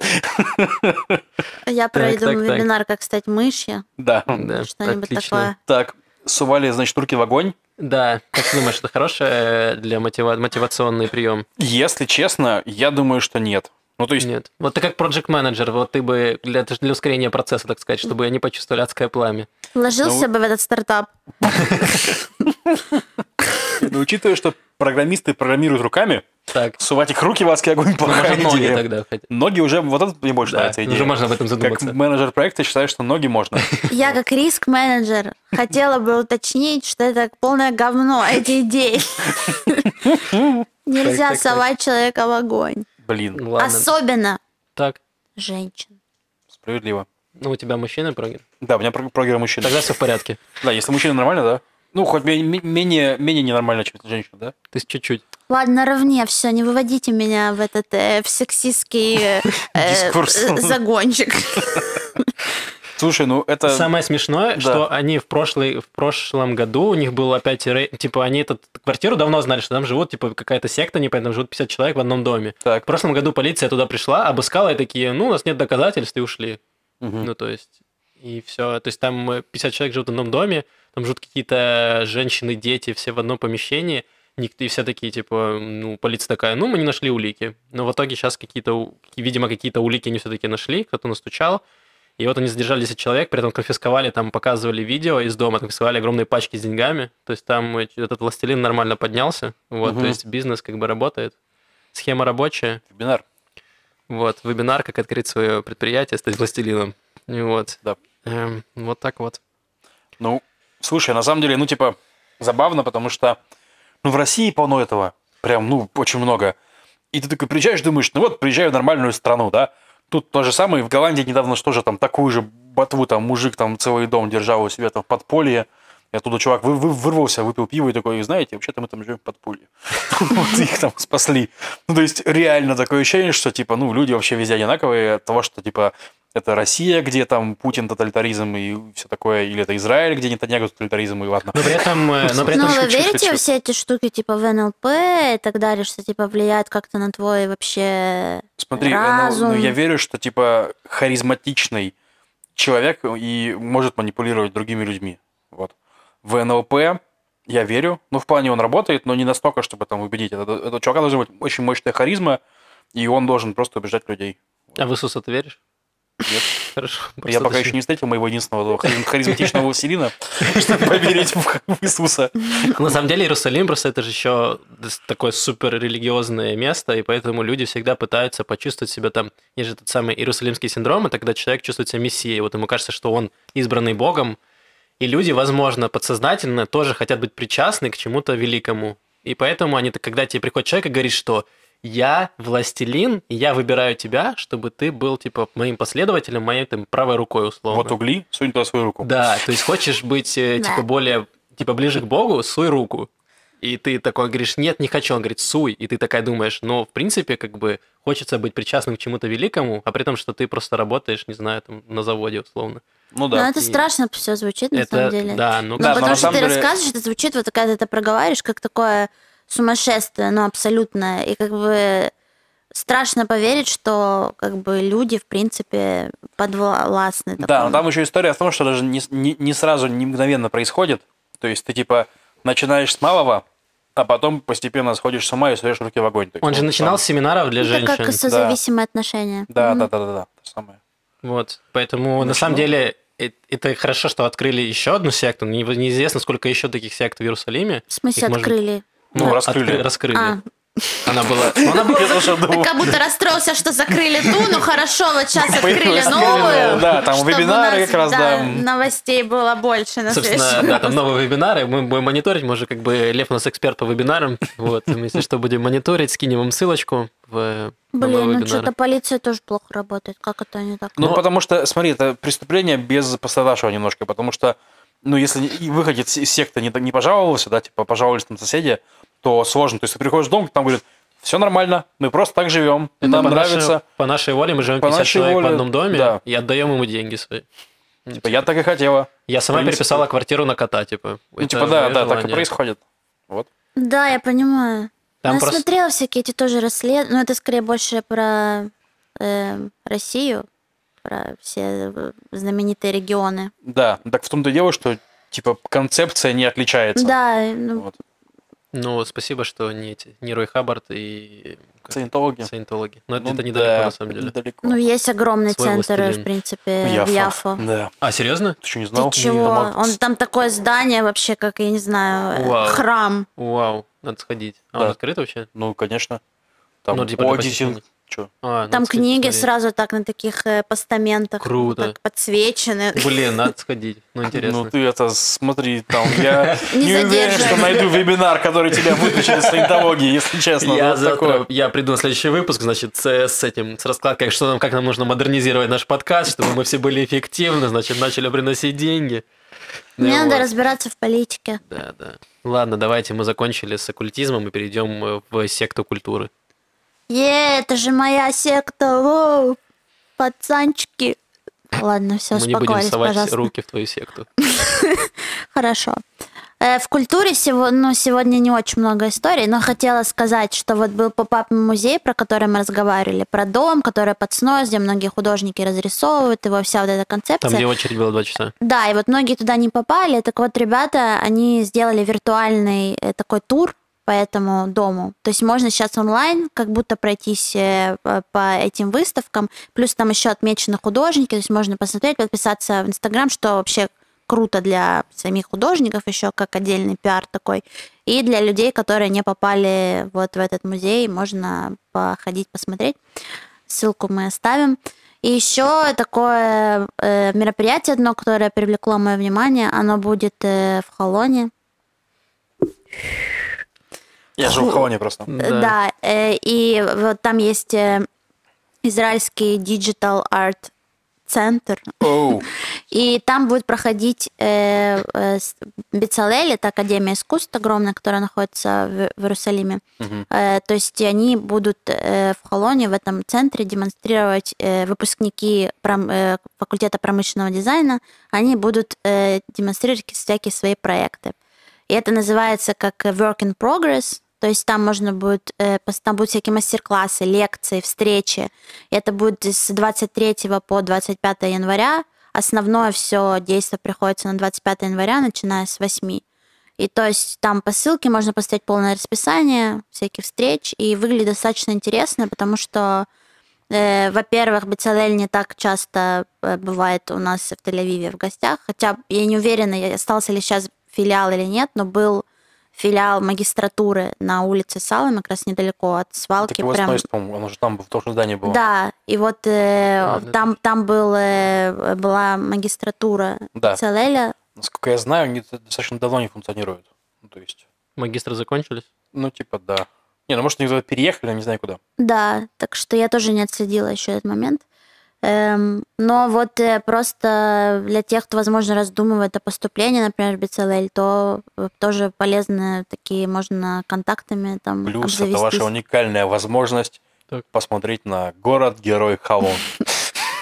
Speaker 3: Я проведу
Speaker 1: так, так.
Speaker 3: вебинар, как стать мышью,
Speaker 2: Да.
Speaker 1: Да,
Speaker 3: что-нибудь такое.
Speaker 2: Так, сували, значит, руки в огонь.
Speaker 1: Да, как ты думаешь, это хороший э, для мотива- мотивационный прием?
Speaker 2: Если честно, я думаю, что нет. Ну, то есть,
Speaker 1: Нет. Вот ты как project менеджер вот ты бы для, для ускорения процесса, так сказать, чтобы они почувствовали адское пламя.
Speaker 3: Вложился
Speaker 2: Ну,
Speaker 3: бы в этот стартап.
Speaker 2: ну, учитывая, что программисты программируют руками,
Speaker 1: Так,
Speaker 2: сувать их руки в адский огонь плохая
Speaker 1: можно Ну, ноги
Speaker 2: идея.
Speaker 1: тогда хотя-
Speaker 2: Ноги уже, вот это мне больше
Speaker 1: Да,
Speaker 2: нравится идея.
Speaker 1: уже можно об этом
Speaker 2: Как
Speaker 1: задуматься.
Speaker 2: менеджер проекта считаю, что ноги можно.
Speaker 3: Я как риск-менеджер хотела бы уточнить, что это полное говно, эти идеи. Нельзя
Speaker 1: Так, так, так.
Speaker 3: совать человека в огонь.
Speaker 2: Блин,
Speaker 1: Ладно.
Speaker 3: Особенно
Speaker 1: Так,
Speaker 3: женщин.
Speaker 2: справедливо.
Speaker 1: ну у тебя мужчина прогер?
Speaker 2: Да, у меня про- программа мужчина.
Speaker 1: Тогда все в порядке.
Speaker 2: Да, если мужчина нормально, да. Ну, хоть ме- ме- менее, менее ненормально, чем женщина, да?
Speaker 1: То есть чуть-чуть.
Speaker 3: Ладно, равне все, не выводите меня в этот э, в сексистский э, э,
Speaker 2: Дискурс.
Speaker 3: э, загончик.
Speaker 2: Слушай, ну это...
Speaker 1: Самое смешное,
Speaker 2: Да.
Speaker 1: что они в, прошлый, в прошлом году, у них был опять, рей- типа, они эту квартиру давно знали, что там живут, типа, какая-то секта, непонятно, живут 50 человек в одном доме. В
Speaker 2: Так.
Speaker 1: прошлом году полиция туда пришла, обыскала и такие, ну, у нас нет доказательств, и ушли.
Speaker 2: Мгм.
Speaker 1: Ну, то есть, и все. То есть там э, 50 человек живут в одном доме, там живут какие-то женщины, дети, все в одном помещении, Никто, и все такие, типа, ну, полиция такая, ну, мы не нашли улики. Но в итоге сейчас какие-то, у- видимо, какие-то улики они все-таки нашли, кто-то настучал. И вот они задержали 10 человек, при этом конфисковали, там показывали видео из дома, конфисковали огромные пачки с деньгами. То есть там э, этот властелин нормально поднялся. Вот,
Speaker 2: Мгм.
Speaker 1: то есть бизнес как бы работает. Схема рабочая.
Speaker 2: Вебинар.
Speaker 1: Вот, вебинар, как открыть свое предприятие, стать властелином. И Вот.
Speaker 2: Да.
Speaker 1: Эм, вот так вот.
Speaker 2: Ну, слушай, на самом деле, ну, типа, забавно, потому что, ну, в России полно этого. Прям, ну, очень много. И ты такой приезжаешь, думаешь, ну вот, приезжаю в нормальную страну, да. Тут то же самое, в Голландии недавно что же там, такую же ботву, там, мужик там целый дом держал у себя там в подполье. И оттуда чувак вы- вы- вырвался, выпил пиво и такой, знаете, вообще-то мы там живем в подполье. Вот их там спасли. Ну, то есть, реально такое ощущение, что, типа, ну, люди вообще везде одинаковые от того, что, типа, это Россия, где там Путин, тоталитаризм и все такое, или это Израиль, где Нетаньягу, тоталитаризм и ладно.
Speaker 1: Но при этом... э, Но при
Speaker 3: Но
Speaker 1: этом
Speaker 3: Ну, вы
Speaker 2: шучу,
Speaker 3: верите
Speaker 2: шучу.
Speaker 3: во все эти штуки типа в НЛП и так далее, что типа влияет как-то на твой вообще...
Speaker 2: Смотри, э, ну, ну,
Speaker 3: Разум.
Speaker 2: я верю, что, типа, харизматичный человек э, и может манипулировать другими людьми. Вот. В НЛП я верю, ну, в плане он работает, но не настолько, чтобы там убедить. Это, это чувака должна быть очень мощная харизма, и он должен просто убеждать людей.
Speaker 1: А в Иисуса ты веришь?
Speaker 2: Нет.
Speaker 1: Хорошо.
Speaker 2: я пока еще не встретил моего единственного харизм- харизматичного властелина, чтобы поверить в х- в Иисуса.
Speaker 1: На самом деле Иерусалим просто это же еще дос- такое супер религиозное место, и поэтому люди всегда пытаются почувствовать себя там. Есть же тот самый Иерусалимский синдром, и тогда человек чувствует себя мессией. Вот ему кажется, что он избранный Богом, и люди, возможно, подсознательно тоже хотят быть причастны к чему-то великому. И поэтому они, когда тебе приходит человек и говорит, что я властелин, и я выбираю тебя, чтобы ты был, типа, моим последователем, моей там, правой рукой, условно.
Speaker 2: Вот угли, сунь туда свою руку.
Speaker 1: Да, то есть хочешь быть э,
Speaker 3: Да.
Speaker 1: типа более, типа ближе к Богу, суй руку. И ты такой говоришь, нет, не хочу. Он говорит, суй. И ты такая думаешь, ну, в принципе, как бы хочется быть причастным к чему-то великому, а при том, что ты просто работаешь, не знаю, там, на заводе, условно.
Speaker 2: Ну
Speaker 3: Ну
Speaker 2: да.
Speaker 3: это
Speaker 1: и-
Speaker 3: страшно все звучит на
Speaker 1: это,
Speaker 3: самом деле.
Speaker 1: да, ну,
Speaker 3: Ну,
Speaker 2: Да, но
Speaker 3: потому
Speaker 2: на
Speaker 3: что
Speaker 2: самом
Speaker 3: ты
Speaker 2: деле-
Speaker 3: рассказываешь, это звучит, вот когда ты это проговариваешь, как такое сумасшествие, ну, абсолютное. И как бы страшно поверить, что как бы люди, в принципе, подвластны.
Speaker 2: Да,
Speaker 3: такому.
Speaker 2: но там еще история в том, что даже не, с- не- не сразу, не мгновенно происходит. То есть ты типа начинаешь с малого, а потом постепенно сходишь с ума и суешь руки в огонь. То есть
Speaker 1: Он же
Speaker 2: вот
Speaker 1: начинал с
Speaker 2: там-
Speaker 1: семинаров для
Speaker 3: Ну, это
Speaker 1: женщин.
Speaker 3: как созависимые отношения.
Speaker 2: Да,
Speaker 3: Мгм.
Speaker 2: да, да, да, да, то же самое.
Speaker 1: Вот, поэтому на
Speaker 2: Начинал.
Speaker 1: самом деле э- это хорошо, что открыли еще одну секту. Не- Неизвестно, сколько еще таких сект в Иерусалиме.
Speaker 3: В смысле
Speaker 1: Их может-
Speaker 3: открыли?
Speaker 2: Ну, раскрыли.
Speaker 1: откры- раскрыли.
Speaker 3: А,
Speaker 1: Она была... ну, Она была
Speaker 2: Я тоже
Speaker 3: ты
Speaker 2: думал.
Speaker 3: как будто расстроился, что закрыли ту, ну хорошо, вот сейчас открыли
Speaker 2: Появилась
Speaker 3: новую.
Speaker 2: новая, да, там
Speaker 3: чтобы у
Speaker 2: вебинары
Speaker 3: нас,
Speaker 2: как раз, да.
Speaker 3: новостей было больше на
Speaker 1: Собственно,
Speaker 3: следующий
Speaker 1: да, там
Speaker 3: раз.
Speaker 1: новые вебинары, мы будем мониторить, мы же как бы Лев у нас эксперт по вебинарам, вот, мы, если что, будем мониторить, скинем вам ссылочку в э, на
Speaker 3: Блин,
Speaker 1: новые
Speaker 3: ну
Speaker 1: вебинары.
Speaker 3: что-то полиция тоже плохо работает. Как это они так?
Speaker 2: Ну,
Speaker 1: Но-
Speaker 2: потому что, смотри, это преступление без пострадавшего немножко, потому что, ну, если и выходец из секты не, не пожаловался, да, типа, пожаловались там соседи, то сложно. То есть ты приходишь в дом, там говорят, все нормально, мы просто так живем,
Speaker 1: Это
Speaker 2: нам
Speaker 1: по нашей-
Speaker 2: нравится.
Speaker 1: по нашей воле мы живем
Speaker 2: По
Speaker 1: 50
Speaker 2: нашей
Speaker 1: человек в
Speaker 2: воле,
Speaker 1: одном доме
Speaker 2: да.
Speaker 1: и отдаем ему деньги свои.
Speaker 2: Типа, я так и хотела.
Speaker 1: Я сама
Speaker 2: в принципе.
Speaker 1: переписала квартиру на кота, типа.
Speaker 2: Ну,
Speaker 1: Это
Speaker 2: типа, да,
Speaker 1: мое
Speaker 2: да, так и
Speaker 1: желание.
Speaker 2: происходит.
Speaker 3: Да, я понимаю.
Speaker 1: Там
Speaker 3: я
Speaker 1: просто-
Speaker 3: смотрела всякие эти тоже расследования, но это скорее больше про э, Россию, про все э, знаменитые регионы.
Speaker 2: Да, так в том-то и дело, что типа концепция не отличается.
Speaker 3: Да, и, ну,
Speaker 2: Вот.
Speaker 1: Ну, спасибо, что не эти, не Рой Хаббард и как,
Speaker 2: Саентологи.
Speaker 1: саентологи. Но это
Speaker 2: Ну
Speaker 1: это недалеко,
Speaker 2: да,
Speaker 1: на самом деле.
Speaker 2: Недалеко.
Speaker 3: ну, есть огромный
Speaker 1: Свой
Speaker 3: центр,
Speaker 1: властелин.
Speaker 3: в принципе,
Speaker 1: Ну,
Speaker 3: в Яфо.
Speaker 2: Яфа. Да.
Speaker 1: А, серьезно?
Speaker 2: Ты что, не
Speaker 3: Ты
Speaker 2: знал?
Speaker 3: чего?
Speaker 2: Мама-
Speaker 3: Он там такое здание вообще, как, я не знаю, э,
Speaker 1: Вау.
Speaker 3: храм.
Speaker 1: Вау, надо сходить. А он
Speaker 2: Да.
Speaker 1: открыт вообще?
Speaker 2: Ну, конечно. Там
Speaker 1: Ну, типа, для
Speaker 2: Одиссин.
Speaker 1: посещения.
Speaker 2: Чё?
Speaker 1: А, надо
Speaker 3: Там
Speaker 1: сходить
Speaker 3: книги
Speaker 1: посмотреть.
Speaker 3: сразу так на таких э, постаментах
Speaker 1: Круто.
Speaker 3: так подсвечены.
Speaker 1: Блин, надо сходить. Ну, интересно.
Speaker 2: Ну, ты это смотри, там я
Speaker 3: Не
Speaker 2: не уверен,
Speaker 3: задерживай.
Speaker 2: что найду вебинар, который тебя выключит из саентологии, если честно.
Speaker 1: Я
Speaker 2: Вот
Speaker 1: завтра
Speaker 2: такое.
Speaker 1: я приду на следующий выпуск, значит, с, с этим, с раскладкой, что нам, как нам нужно модернизировать наш подкаст, чтобы мы все были эффективны, значит, начали приносить деньги.
Speaker 3: Мне
Speaker 1: Да,
Speaker 3: надо
Speaker 1: вот.
Speaker 3: разбираться в политике.
Speaker 1: Да, да. Ладно, давайте мы закончили с оккультизмом и перейдем э, в секту культуры.
Speaker 3: Е, это же моя секта, воу, пацанчики. Ладно, все,
Speaker 1: мы не будем
Speaker 3: успокоились,
Speaker 1: совать
Speaker 3: пожалуйста.
Speaker 1: руки в твою секту.
Speaker 3: Хорошо. Э, В культуре сего- ну, сегодня не очень много историй, но хотела сказать, что вот был поп музей, про который мы разговаривали, про дом, который под сной, где многие художники разрисовывают, его вся вот эта концепция.
Speaker 1: Там, где очередь была два часа.
Speaker 3: Да, и вот многие туда не попали. Так вот, ребята, они сделали виртуальный э, такой тур по этому дому. То есть можно сейчас онлайн как будто пройтись э, по по этим выставкам, плюс там еще отмечены художники, то есть можно посмотреть, подписаться в Инстаграм, что вообще круто для самих художников еще как отдельный пиар такой. И для людей, которые не попали вот в этот музей, можно походить, посмотреть. Ссылку мы оставим. И еще такое э, мероприятие одно, которое привлекло мое внимание, оно будет э, в Холоне.
Speaker 2: Я живу в Холоне просто.
Speaker 3: Да, э, и вот там есть э, израильский Digital Art Центр,
Speaker 2: Оу.
Speaker 3: и там будет проходить э, э, с- Бецалель, это Академия искусств огромная, которая находится в, в Иерусалиме. Э, то есть они будут э, в Холоне, в этом центре демонстрировать э, выпускники пром- э, факультета промышленного дизайна, они будут э, демонстрировать ки- всякие свои проекты. И это называется как work in progress, то есть там можно будет, э, пос- там будут всякие мастер-классы, лекции, встречи. И это будет с 23 по 25 января. Основное все действие приходится на 25 января, начиная с 8. И то есть там по ссылке можно поставить полное расписание всяких встреч, и выглядит достаточно интересно, потому что, э, во-первых, Бецалель не так часто э, бывает у нас в Тель-Авиве в гостях, хотя я не уверена, я- остался ли сейчас филиал или нет, но был филиал магистратуры на улице Салом, как раз недалеко от свалки.
Speaker 2: Так его
Speaker 3: прям-
Speaker 2: сносит, по-моему, оно же там в том же здании было.
Speaker 3: да, и вот э,
Speaker 1: Ладно,
Speaker 3: там, там был, э, была магистратура
Speaker 2: Да.
Speaker 3: Целеля.
Speaker 2: Насколько я знаю, они д- достаточно давно не функционируют. Ну, то есть,
Speaker 1: Магистры закончились?
Speaker 2: ну, типа, да. Не, ну, может, они куда-то переехали, не знаю куда.
Speaker 3: Да, так что я тоже не отследила еще этот момент. Эм, но вот э, просто для тех, кто, возможно, раздумывает о поступлении, например, в Бецелель, то э, тоже полезны такие, можно контактами там
Speaker 2: Плюс это
Speaker 3: обзавестись.
Speaker 2: ваша уникальная возможность
Speaker 1: Так.
Speaker 2: посмотреть на город-герой Халон.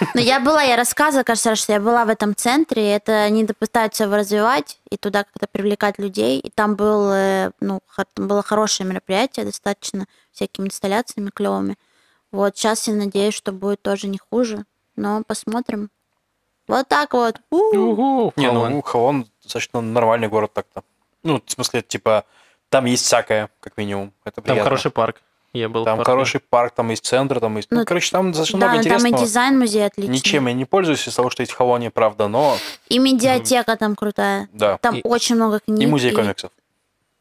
Speaker 3: Но Ну, я была, я рассказывала, кажется, раз, что я была в этом центре, и это они д- пытаются его развивать и туда как-то привлекать людей. И там, был, э, ну, хо- там было хорошее мероприятие достаточно, всякими инсталляциями клевыми. Вот сейчас я надеюсь, что будет тоже не хуже, но посмотрим. Вот так вот. У.
Speaker 2: Не,
Speaker 1: Холон.
Speaker 2: ну, Холон достаточно нормальный город так-то. Ну, в смысле, типа, там есть всякое, как минимум. Это
Speaker 1: Там
Speaker 2: приятно.
Speaker 1: хороший парк. Я был в
Speaker 2: Там
Speaker 1: парке.
Speaker 2: хороший парк, там есть центр, там есть... Ну,
Speaker 3: Ну,
Speaker 2: короче, там достаточно
Speaker 3: Да,
Speaker 2: много
Speaker 3: ну там и
Speaker 2: интересного.
Speaker 3: дизайн музея отличный.
Speaker 2: Ничем я не пользуюсь из того, что есть в Холоне, правда, но
Speaker 3: И медиатека там крутая.
Speaker 2: да.
Speaker 3: Там
Speaker 1: И-
Speaker 3: очень много книг.
Speaker 2: И музей комиксов.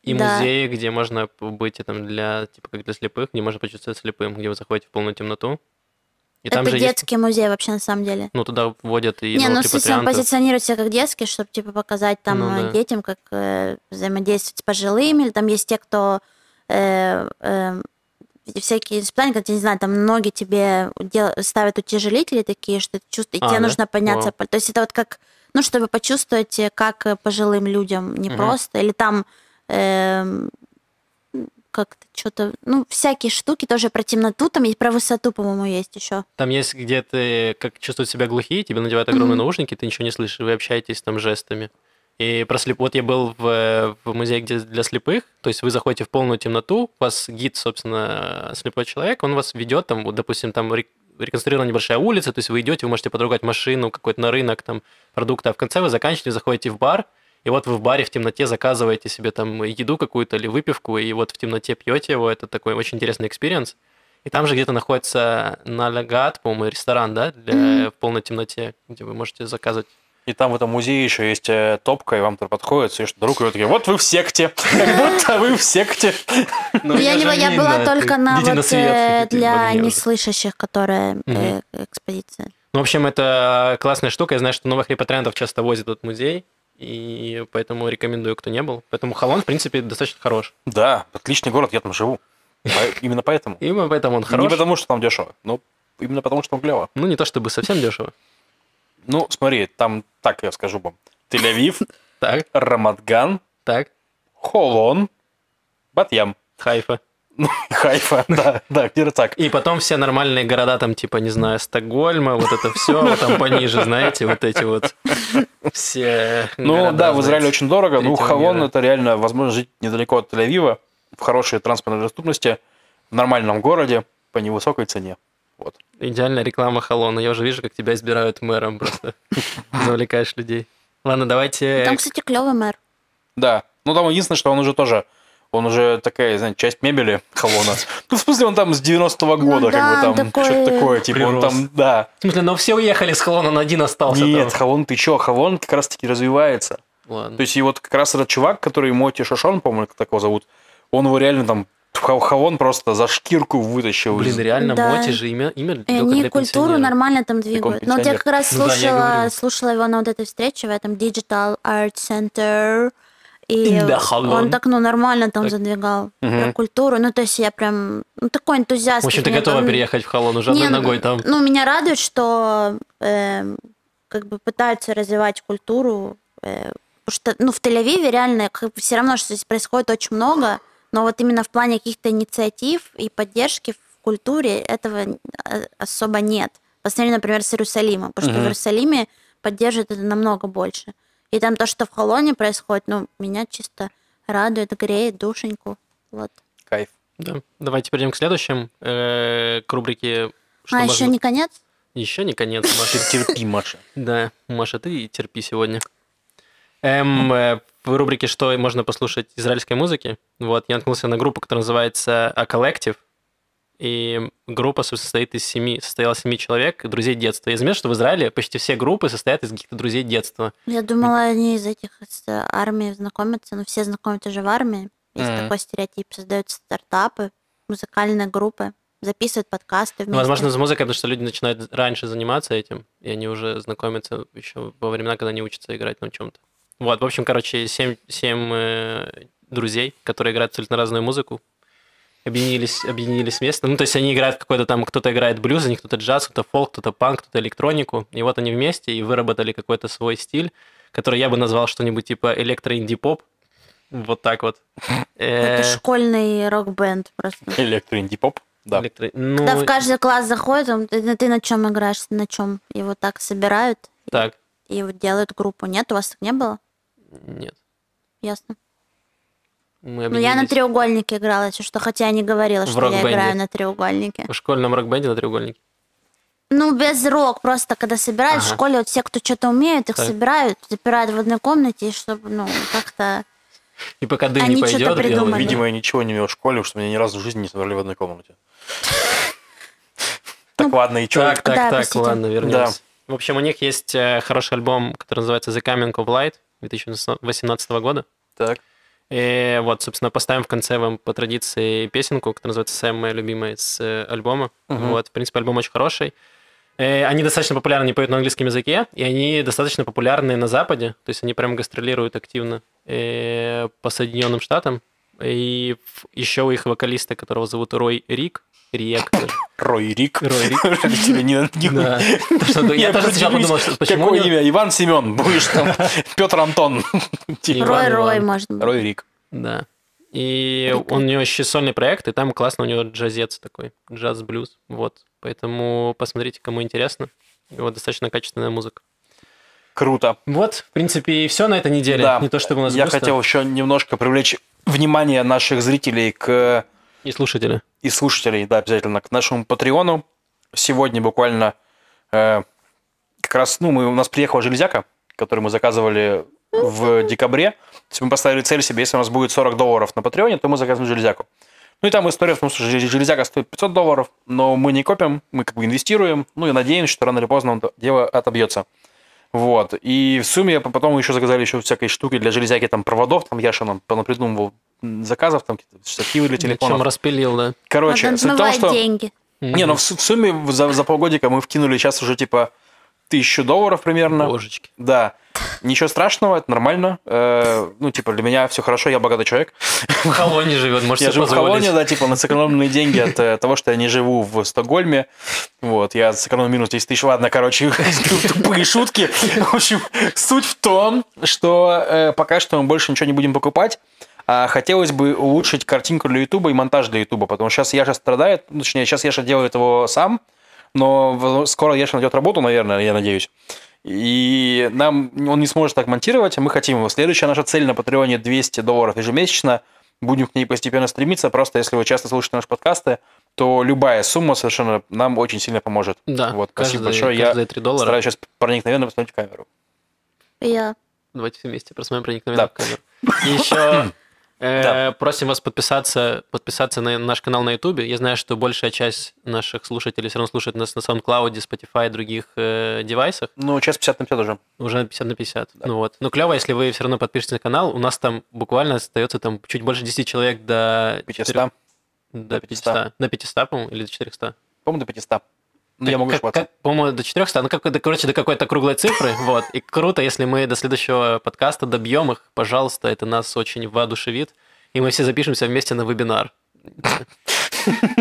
Speaker 1: И
Speaker 3: Да.
Speaker 1: музеи, где можно быть там для, типа, как для слепых, где можно почувствовать слепым, где вы заходите в полную темноту. И там
Speaker 3: Это
Speaker 1: же есть,
Speaker 3: детский музей вообще на самом деле.
Speaker 1: ну, туда вводят и типа
Speaker 3: не, ну, в смысле, он
Speaker 1: нолкипатриантов.
Speaker 3: позиционирует себя как детский, чтобы, типа, показать там
Speaker 1: Ну
Speaker 3: э,
Speaker 1: да.
Speaker 3: детям, как э, взаимодействовать с пожилыми, или там есть те, кто э, э, всякие испытания, когда, я не знаю, там ноги тебе дел- ставят утяжелители такие, что ты чувствуешь, и
Speaker 1: А,
Speaker 3: тебе
Speaker 1: да?
Speaker 3: нужно подняться.
Speaker 1: Вау.
Speaker 3: по- То есть это вот как, ну, чтобы почувствовать, э, как э, пожилым людям непросто, или там эм, как-то что-то, ну, всякие штуки тоже про темноту, там и про высоту, по-моему, есть еще.
Speaker 1: Там есть, где ты как чувствуют себя глухие, тебе надевают огромные наушники, ты ничего не слышишь, вы общаетесь там жестами. И про слеп... Вот я был в, э, в музее где для слепых, то есть вы заходите в полную темноту, вас гид, собственно, э, слепой человек, он вас ведет, там, вот, допустим, там рек- реконструирована небольшая улица, то есть вы идете, вы можете подругать машину, какой-то на рынок, там, продукты, а в конце вы заканчиваете, заходите в бар, и вот вы в баре в темноте заказываете себе там еду какую-то или выпивку, и вот в темноте пьете его, это такой очень интересный экспириенс. И там же где-то находится Налагат, по-моему, ресторан, да, для в полной темноте, где вы можете заказывать.
Speaker 2: И там в этом музее еще есть э, топка, и вам туда подходят, суешь туда руку, и вы такие, вот вы в секте, как будто вы в секте.
Speaker 3: Ну, я, не, я была только на
Speaker 1: Идите на
Speaker 3: вот
Speaker 1: свет,
Speaker 3: э,
Speaker 1: идите в
Speaker 3: для
Speaker 1: огне уже.
Speaker 3: неслышащих, которая э, экспозиция.
Speaker 1: Ну, в общем, это классная штука. Я знаю, что новых репатриантов часто возят в этот музей, и поэтому рекомендую, кто не был. Поэтому Холон, в принципе, достаточно хорош.
Speaker 2: Да, отличный город, я там живу. По- Именно поэтому.
Speaker 1: И поэтому он
Speaker 2: Не
Speaker 1: хорош.
Speaker 2: потому, что там дешево, но именно потому, что там клево.
Speaker 1: Ну, не то чтобы совсем дешево.
Speaker 2: Ну, смотри, там, так я скажу вам, Тель-Авив,
Speaker 1: Так,
Speaker 2: Рамадган,
Speaker 1: так,
Speaker 2: Холон, Батьям. Ну,
Speaker 1: Хайфа.
Speaker 2: Хайфа, да, да, где-то так.
Speaker 1: И потом все нормальные города, там, типа, не знаю, Стокгольма, вот это все, вот там пониже, знаете, вот эти вот все
Speaker 2: Ну
Speaker 1: города,
Speaker 2: да, в Израиле
Speaker 1: знаете.
Speaker 2: очень дорого. Ну,
Speaker 1: третьего
Speaker 2: Хавон
Speaker 1: мира.
Speaker 2: это реально возможность жить недалеко от Тель-Авива, в хорошей транспортной доступности, в нормальном городе, по невысокой цене. Вот.
Speaker 1: Идеальная реклама Холона. Я уже вижу, как тебя избирают мэром просто. Завлекаешь
Speaker 3: Ну,
Speaker 1: людей. Ладно, давайте... э,
Speaker 3: Там, кстати, клевый мэр.
Speaker 2: Да. Ну там единственное, что он уже тоже Он уже такая, знаете, часть мебели колонна. Ну, в смысле, он там с 90-го года,
Speaker 3: Ну да,
Speaker 2: как бы там,
Speaker 3: такой
Speaker 2: что-то такое, типа, он
Speaker 1: прирос.
Speaker 2: там, да.
Speaker 1: В смысле, но все уехали с Холона, он один остался
Speaker 2: Нет,
Speaker 1: там.
Speaker 2: Холон, ты чё, Холон как раз-таки развивается.
Speaker 1: Ладно.
Speaker 2: То есть, и вот как раз этот чувак, который Моти Шошон, по-моему, как такого зовут, он его реально там, Хо- Ховон просто за шкирку вытащил. из-
Speaker 1: Блин, реально,
Speaker 3: Да.
Speaker 1: Моти же имя, имя
Speaker 3: И
Speaker 1: делка
Speaker 3: они
Speaker 1: для
Speaker 3: Э, культуру
Speaker 1: пенсионера.
Speaker 3: нормально там двигают. Но вот я
Speaker 2: пенсионер.
Speaker 3: как раз
Speaker 1: Ну да, я
Speaker 3: слушала,
Speaker 1: говорю.
Speaker 3: слушала его на вот этой встрече в этом Digital Art Center. И
Speaker 1: In the Hollow.
Speaker 3: он так, ну, нормально там
Speaker 1: Так.
Speaker 3: задвигал
Speaker 2: Мгм.
Speaker 3: про культуру. Ну, то есть я прям ну, такой энтузиаст.
Speaker 1: В общем, ты
Speaker 3: Мне
Speaker 1: готова
Speaker 3: там-
Speaker 1: переехать в Холон уже одной
Speaker 3: Не,
Speaker 1: ногой там.
Speaker 3: Ну, меня радует, что эм, как бы пытаются развивать культуру. э, потому что, ну, в Тель-Авиве реально все равно, что здесь происходит очень много, но вот именно в плане каких-то инициатив и поддержки в культуре этого э, особо нет. По сравнению, например, с Иерусалимом, потому что в
Speaker 2: Мгм.
Speaker 3: Иерусалиме поддерживают это намного больше. И там то, что в Холоне происходит, ну, меня чисто радует, греет душеньку. Вот.
Speaker 2: Кайф.
Speaker 1: Да. Давайте перейдем к следующим э, к рубрике. Что
Speaker 3: а
Speaker 1: можно-
Speaker 3: еще не конец?
Speaker 1: Еще не конец,
Speaker 2: Ты
Speaker 1: Маша.
Speaker 2: терпи, Маша.
Speaker 1: Да, Маша, ты и терпи сегодня. Эм, э, в рубрике «Что можно послушать израильской музыки?» вот, я наткнулся на группу, которая называется «А коллектив». И группа состоит из семи, состояла из семи человек, друзей детства. Я заметил, что в Израиле почти все группы состоят из каких-то друзей детства.
Speaker 3: Я думала, они из этих из э, армии знакомятся, но все знакомятся же в армии. Есть
Speaker 2: Мгм.
Speaker 3: такой стереотип. Создаются стартапы, музыкальные группы, записывают подкасты
Speaker 1: Ну,
Speaker 3: вместе.
Speaker 1: возможно, с музыкой, потому что люди начинают раньше заниматься этим, и они уже знакомятся еще во времена, когда они учатся играть на чем-то. Вот, в общем, короче, семь, семь э, друзей, которые играют абсолютно разную музыку, объединились, объединились вместе. Ну, то есть они играют какой-то там, кто-то играет блюз, у них кто-то джаз, кто-то фолк, кто-то панк, кто-то электронику. И вот они вместе и выработали какой-то свой стиль, который я бы назвал что-нибудь типа электро-инди-поп. Вот так вот. Э,
Speaker 3: Ну, Это школьный рок-бенд просто.
Speaker 2: Электроинди-поп. Да.
Speaker 1: электро- ну,
Speaker 3: Когда в каждый класс заходит, он, ты, ты на чем играешь, на чем. И вот так собирают
Speaker 1: Так,
Speaker 3: и вот делают группу. Нет, у вас так не было?
Speaker 1: нет.
Speaker 3: Ясно.
Speaker 1: Мы
Speaker 3: Ну, я на
Speaker 1: объединились.
Speaker 3: треугольнике играла, если что, хотя я не говорила,
Speaker 1: В
Speaker 3: что я
Speaker 1: рок-бенде.
Speaker 3: играю на треугольнике.
Speaker 1: В школьном рок-бенде на треугольнике.
Speaker 3: Ну, без рок, просто когда собирают в
Speaker 1: Ага.
Speaker 3: школе, вот все, кто что-то умеет, их
Speaker 1: Так.
Speaker 3: собирают, запирают в одной комнате, и чтобы, ну, как-то...
Speaker 1: И пока дым
Speaker 3: Они
Speaker 1: не
Speaker 3: что-то
Speaker 1: пойдет,
Speaker 3: придумали.
Speaker 2: Видимо, я ничего не умел в школе, потому что меня ни разу в жизни не собрали в одной комнате.
Speaker 3: Ну,
Speaker 2: Так, ладно, и чё?
Speaker 1: Так, так,
Speaker 3: Да,
Speaker 1: так,
Speaker 3: простите.
Speaker 1: ладно, вернемся. В общем, у них есть э, хороший альбом, который называется The Coming of Light 2018 года.
Speaker 2: Так.
Speaker 1: И вот, собственно, поставим в конце вам по традиции песенку, которая называется «Самая моя любимая» с э, альбома.
Speaker 2: Мгм.
Speaker 1: Вот, в принципе, альбом очень хороший. Э, Они достаточно популярны, они поют на английском языке, и они достаточно популярны на Западе, то есть они прям гастролируют активно э, по Соединенным Штатам. И еще у их вокалиста, которого зовут Рой Рик, Риек, даже.
Speaker 2: Рой Рик.
Speaker 1: Рой Рик.
Speaker 2: Тебе не- не-
Speaker 1: Да. Что-то Я тоже сначала подумал, что почему у
Speaker 2: Какое
Speaker 1: него-
Speaker 2: имя? Иван Семен. Будешь там Петр Антон. Типа.
Speaker 1: Иван,
Speaker 3: Рой-рой,
Speaker 1: Иван.
Speaker 3: может быть.
Speaker 2: Рой Рик.
Speaker 1: Да. И он, у него еще сольный проект, и там классно у него джазец такой, джаз-блюз. Вот. Поэтому посмотрите, кому интересно. Вот достаточно качественная музыка.
Speaker 2: Круто.
Speaker 1: Вот, в принципе, и все на этой неделе.
Speaker 2: Да.
Speaker 1: Не то, чтобы у нас
Speaker 2: Я
Speaker 1: густо.
Speaker 2: хотел еще немножко привлечь внимание наших зрителей к
Speaker 1: И слушатели.
Speaker 2: и слушателей, да, обязательно, к нашему Патреону. Сегодня буквально э, как раз, ну, мы, у нас приехала железяка, которую мы заказывали в декабре. То есть мы поставили цель себе, если у нас будет 40 долларов на Патреоне, то мы заказываем железяку. Ну и там история в том, что же- железяка стоит 500 долларов, но мы не копим, мы как бы инвестируем, ну и надеемся, что рано или поздно это дело отобьется. Вот. И в сумме по- потом мы еще заказали еще всякой штуки для железяки, там проводов, там Яша нам понапридумывал м, заказов, там какие-то штативы для телефонов.
Speaker 1: Причем распилил, да.
Speaker 2: Короче,
Speaker 3: Надо
Speaker 2: суть в том,
Speaker 3: отмывать
Speaker 2: что...
Speaker 3: деньги.
Speaker 2: Не, ну в, су- в сумме в- за, за полгодика мы вкинули сейчас уже типа тысячу долларов примерно.
Speaker 1: Божечки.
Speaker 2: Да. Ничего страшного, это нормально. Э, ну, типа, для меня все хорошо, я богатый человек.
Speaker 1: В Холоне живет, может
Speaker 2: я
Speaker 1: себе
Speaker 2: живу в
Speaker 1: позволить.
Speaker 2: Холоне, да, типа, на сэкономленные деньги от э, того, что я не живу в Стокгольме. Вот, я сэкономил минус 10 тысяч. Ладно, короче, тупые шутки. В общем, суть в том, что э, пока что мы больше ничего не будем покупать. А хотелось бы улучшить картинку для Ютуба и монтаж для Ютуба, потому что сейчас Яша страдает, ну, точнее, сейчас Яша делает его сам, но в- скоро Яша найдет работу, наверное, я надеюсь. И нам он не сможет так монтировать, а мы хотим его. Следующая наша цель на Патреоне 200 долларов ежемесячно. Будем к ней постепенно стремиться. Просто если вы часто слушаете наши подкасты, то любая сумма совершенно нам очень сильно поможет.
Speaker 1: Да,
Speaker 2: Вот, спасибо
Speaker 1: каждый,
Speaker 2: большое. Я
Speaker 1: каждые 3 доллара.
Speaker 2: Стараюсь сейчас проникновенно посмотреть в камеру.
Speaker 3: Я...
Speaker 1: Давайте все вместе просмотрим проникновенно
Speaker 2: Да.
Speaker 1: в камеру. И еще Э,
Speaker 2: Да.
Speaker 1: Просим вас подписаться, подписаться на наш канал на Ютубе. Я знаю, что большая часть наших слушателей все равно слушает нас на SoundCloud, Spotify и других э, девайсах.
Speaker 2: Ну, сейчас 50 на 50 уже.
Speaker 1: Уже на 50 на 50. Ну вот. Ну клево, если вы все равно подпишетесь на канал. У нас там буквально остается там чуть больше 10 человек до
Speaker 2: 500.
Speaker 1: до
Speaker 2: до
Speaker 1: 500. До 500, по-моему, или до 400.
Speaker 2: По-моему, до 500. Ну, я
Speaker 1: Как-
Speaker 2: могу
Speaker 1: как-
Speaker 2: ошибаться.
Speaker 1: как- По-моему, до 400. Ну, как, да, короче, до какой-то круглой цифры. Вот. И круто, если мы до следующего подкаста добьем их. Пожалуйста, это нас очень воодушевит. И мы все запишемся вместе на вебинар.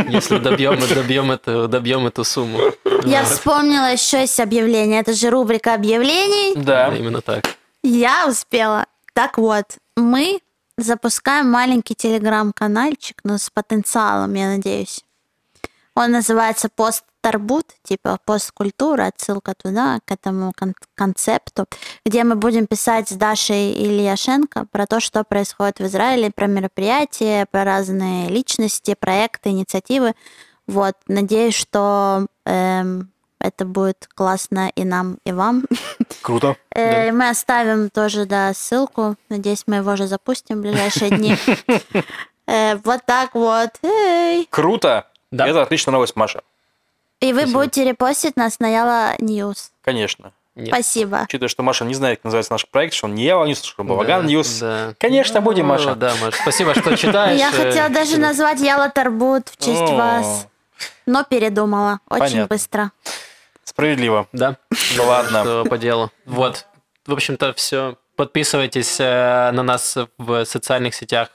Speaker 1: Если добьем, мы добьем эту, добьем эту сумму.
Speaker 3: Я
Speaker 1: Да.
Speaker 3: вспомнила еще есть объявление. Это же рубрика объявлений.
Speaker 2: Да.
Speaker 1: Именно так.
Speaker 3: Я успела. Так вот, мы запускаем маленький телеграм-канальчик, но с потенциалом, я надеюсь. Он называется «Пост-Тарбут», типа «Пост-культура», отсылка туда, к этому кон- концепту, где мы будем писать с Дашей Ильяшенко про то, что происходит в Израиле, про мероприятия, про разные личности, проекты, инициативы. Вот, надеюсь, что эм, это будет классно и нам, и вам.
Speaker 2: Круто.
Speaker 3: Э, Мы оставим тоже, да, ссылку. Надеюсь, мы его же запустим в ближайшие дни. Э, Вот так вот. Эй.
Speaker 2: Круто.
Speaker 1: Да.
Speaker 2: Это отличная новость, Маша.
Speaker 3: И вы
Speaker 1: Спасибо.
Speaker 3: будете репостить нас на Яла Ньюс.
Speaker 2: Конечно.
Speaker 1: Нет.
Speaker 3: Спасибо.
Speaker 2: Учитывая, что Маша не знает, как называется наш проект, что он не Ява Ньюс, что Баваган
Speaker 1: Да,
Speaker 2: Ньюс.
Speaker 1: да.
Speaker 2: Конечно, будем,
Speaker 1: Ну,
Speaker 2: Маша.
Speaker 1: Да, Маш. Спасибо, что читаешь.
Speaker 3: Я хотела
Speaker 1: Э,
Speaker 3: даже назвать Яла Тарбут в честь
Speaker 2: О,
Speaker 3: вас, но передумала очень
Speaker 2: Понятно.
Speaker 3: быстро.
Speaker 2: Справедливо.
Speaker 1: Да.
Speaker 2: Ну ладно.
Speaker 1: что по делу. Вот. В общем-то, все. Подписывайтесь э, на нас в социальных сетях,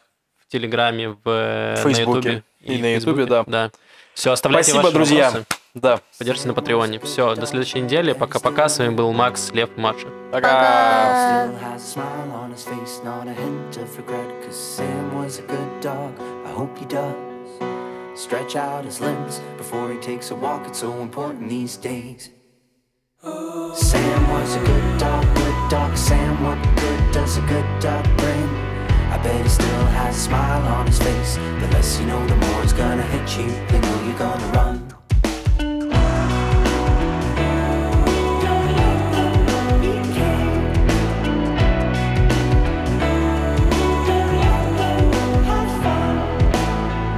Speaker 1: в Телеграме, в э, на
Speaker 2: Фейсбуке.
Speaker 1: Ютубе
Speaker 2: И
Speaker 1: в
Speaker 2: на Ютубе,
Speaker 1: Фейсбуке.
Speaker 2: да.
Speaker 1: Все, оставляйте
Speaker 2: Спасибо,
Speaker 1: ваши
Speaker 2: друзья.
Speaker 1: вопросы.
Speaker 2: Да.
Speaker 1: Поддержите на Патреоне. Все, до следующей недели. Пока-пока. С вами был Макс, Лев, Маша.
Speaker 2: Пока.
Speaker 3: Пока.
Speaker 4: Still has a smile on his face, not a hint of regret. Cause Sam was a good dog, I hope he does. Stretch out his limbs before he takes a walk, it's so important these days. Sam was a good dog, good dog. Sam, what good does a good dog bring? I bet he still has a smile on his face. The less you know, the more it's gonna hit you. You know you're gonna run.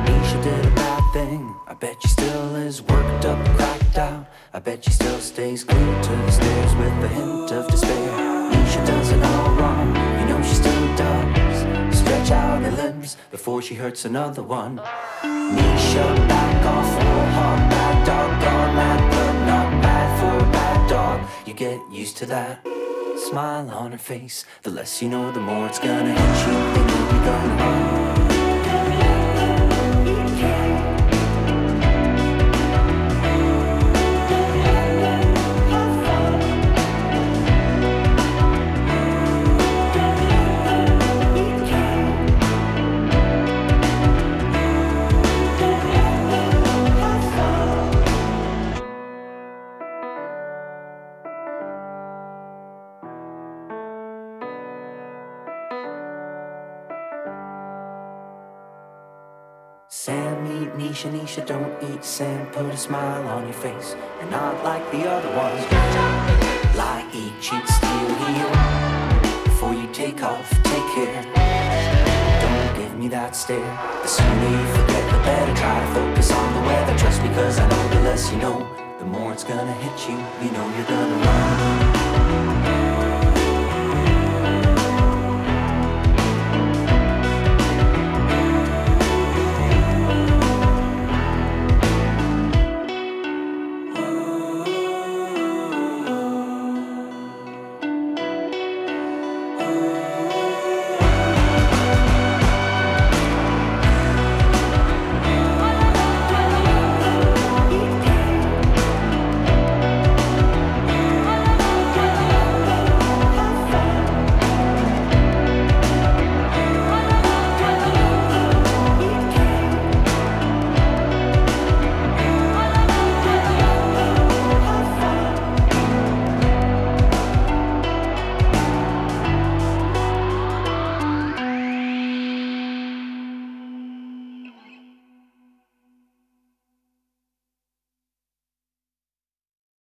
Speaker 4: Nisha did a bad thing. I bet she still is worked up, cracked out. I bet she still stays glued to the stairs with a hint of despair. Nisha does it all wrong, you know she still does. Stretch out her limbs before she hurts another one. Nisha, back off, full hog, bad dog, gone mad, but not bad for a bad dog. You get used to that smile on her face. The less you know, the more it's gonna hit you. They know you're gonna run. Sam, eat Nisha, Nisha, don't eat Sam. Put a smile on your face. You're not like the other ones. Lie, eat, cheat, steal, heal. Before you take off, take care. Don't give me that stare. The sooner you forget, the better. Try to focus on the weather. Just because I know the less you know, the more it's gonna hit you. You know you're gonna run.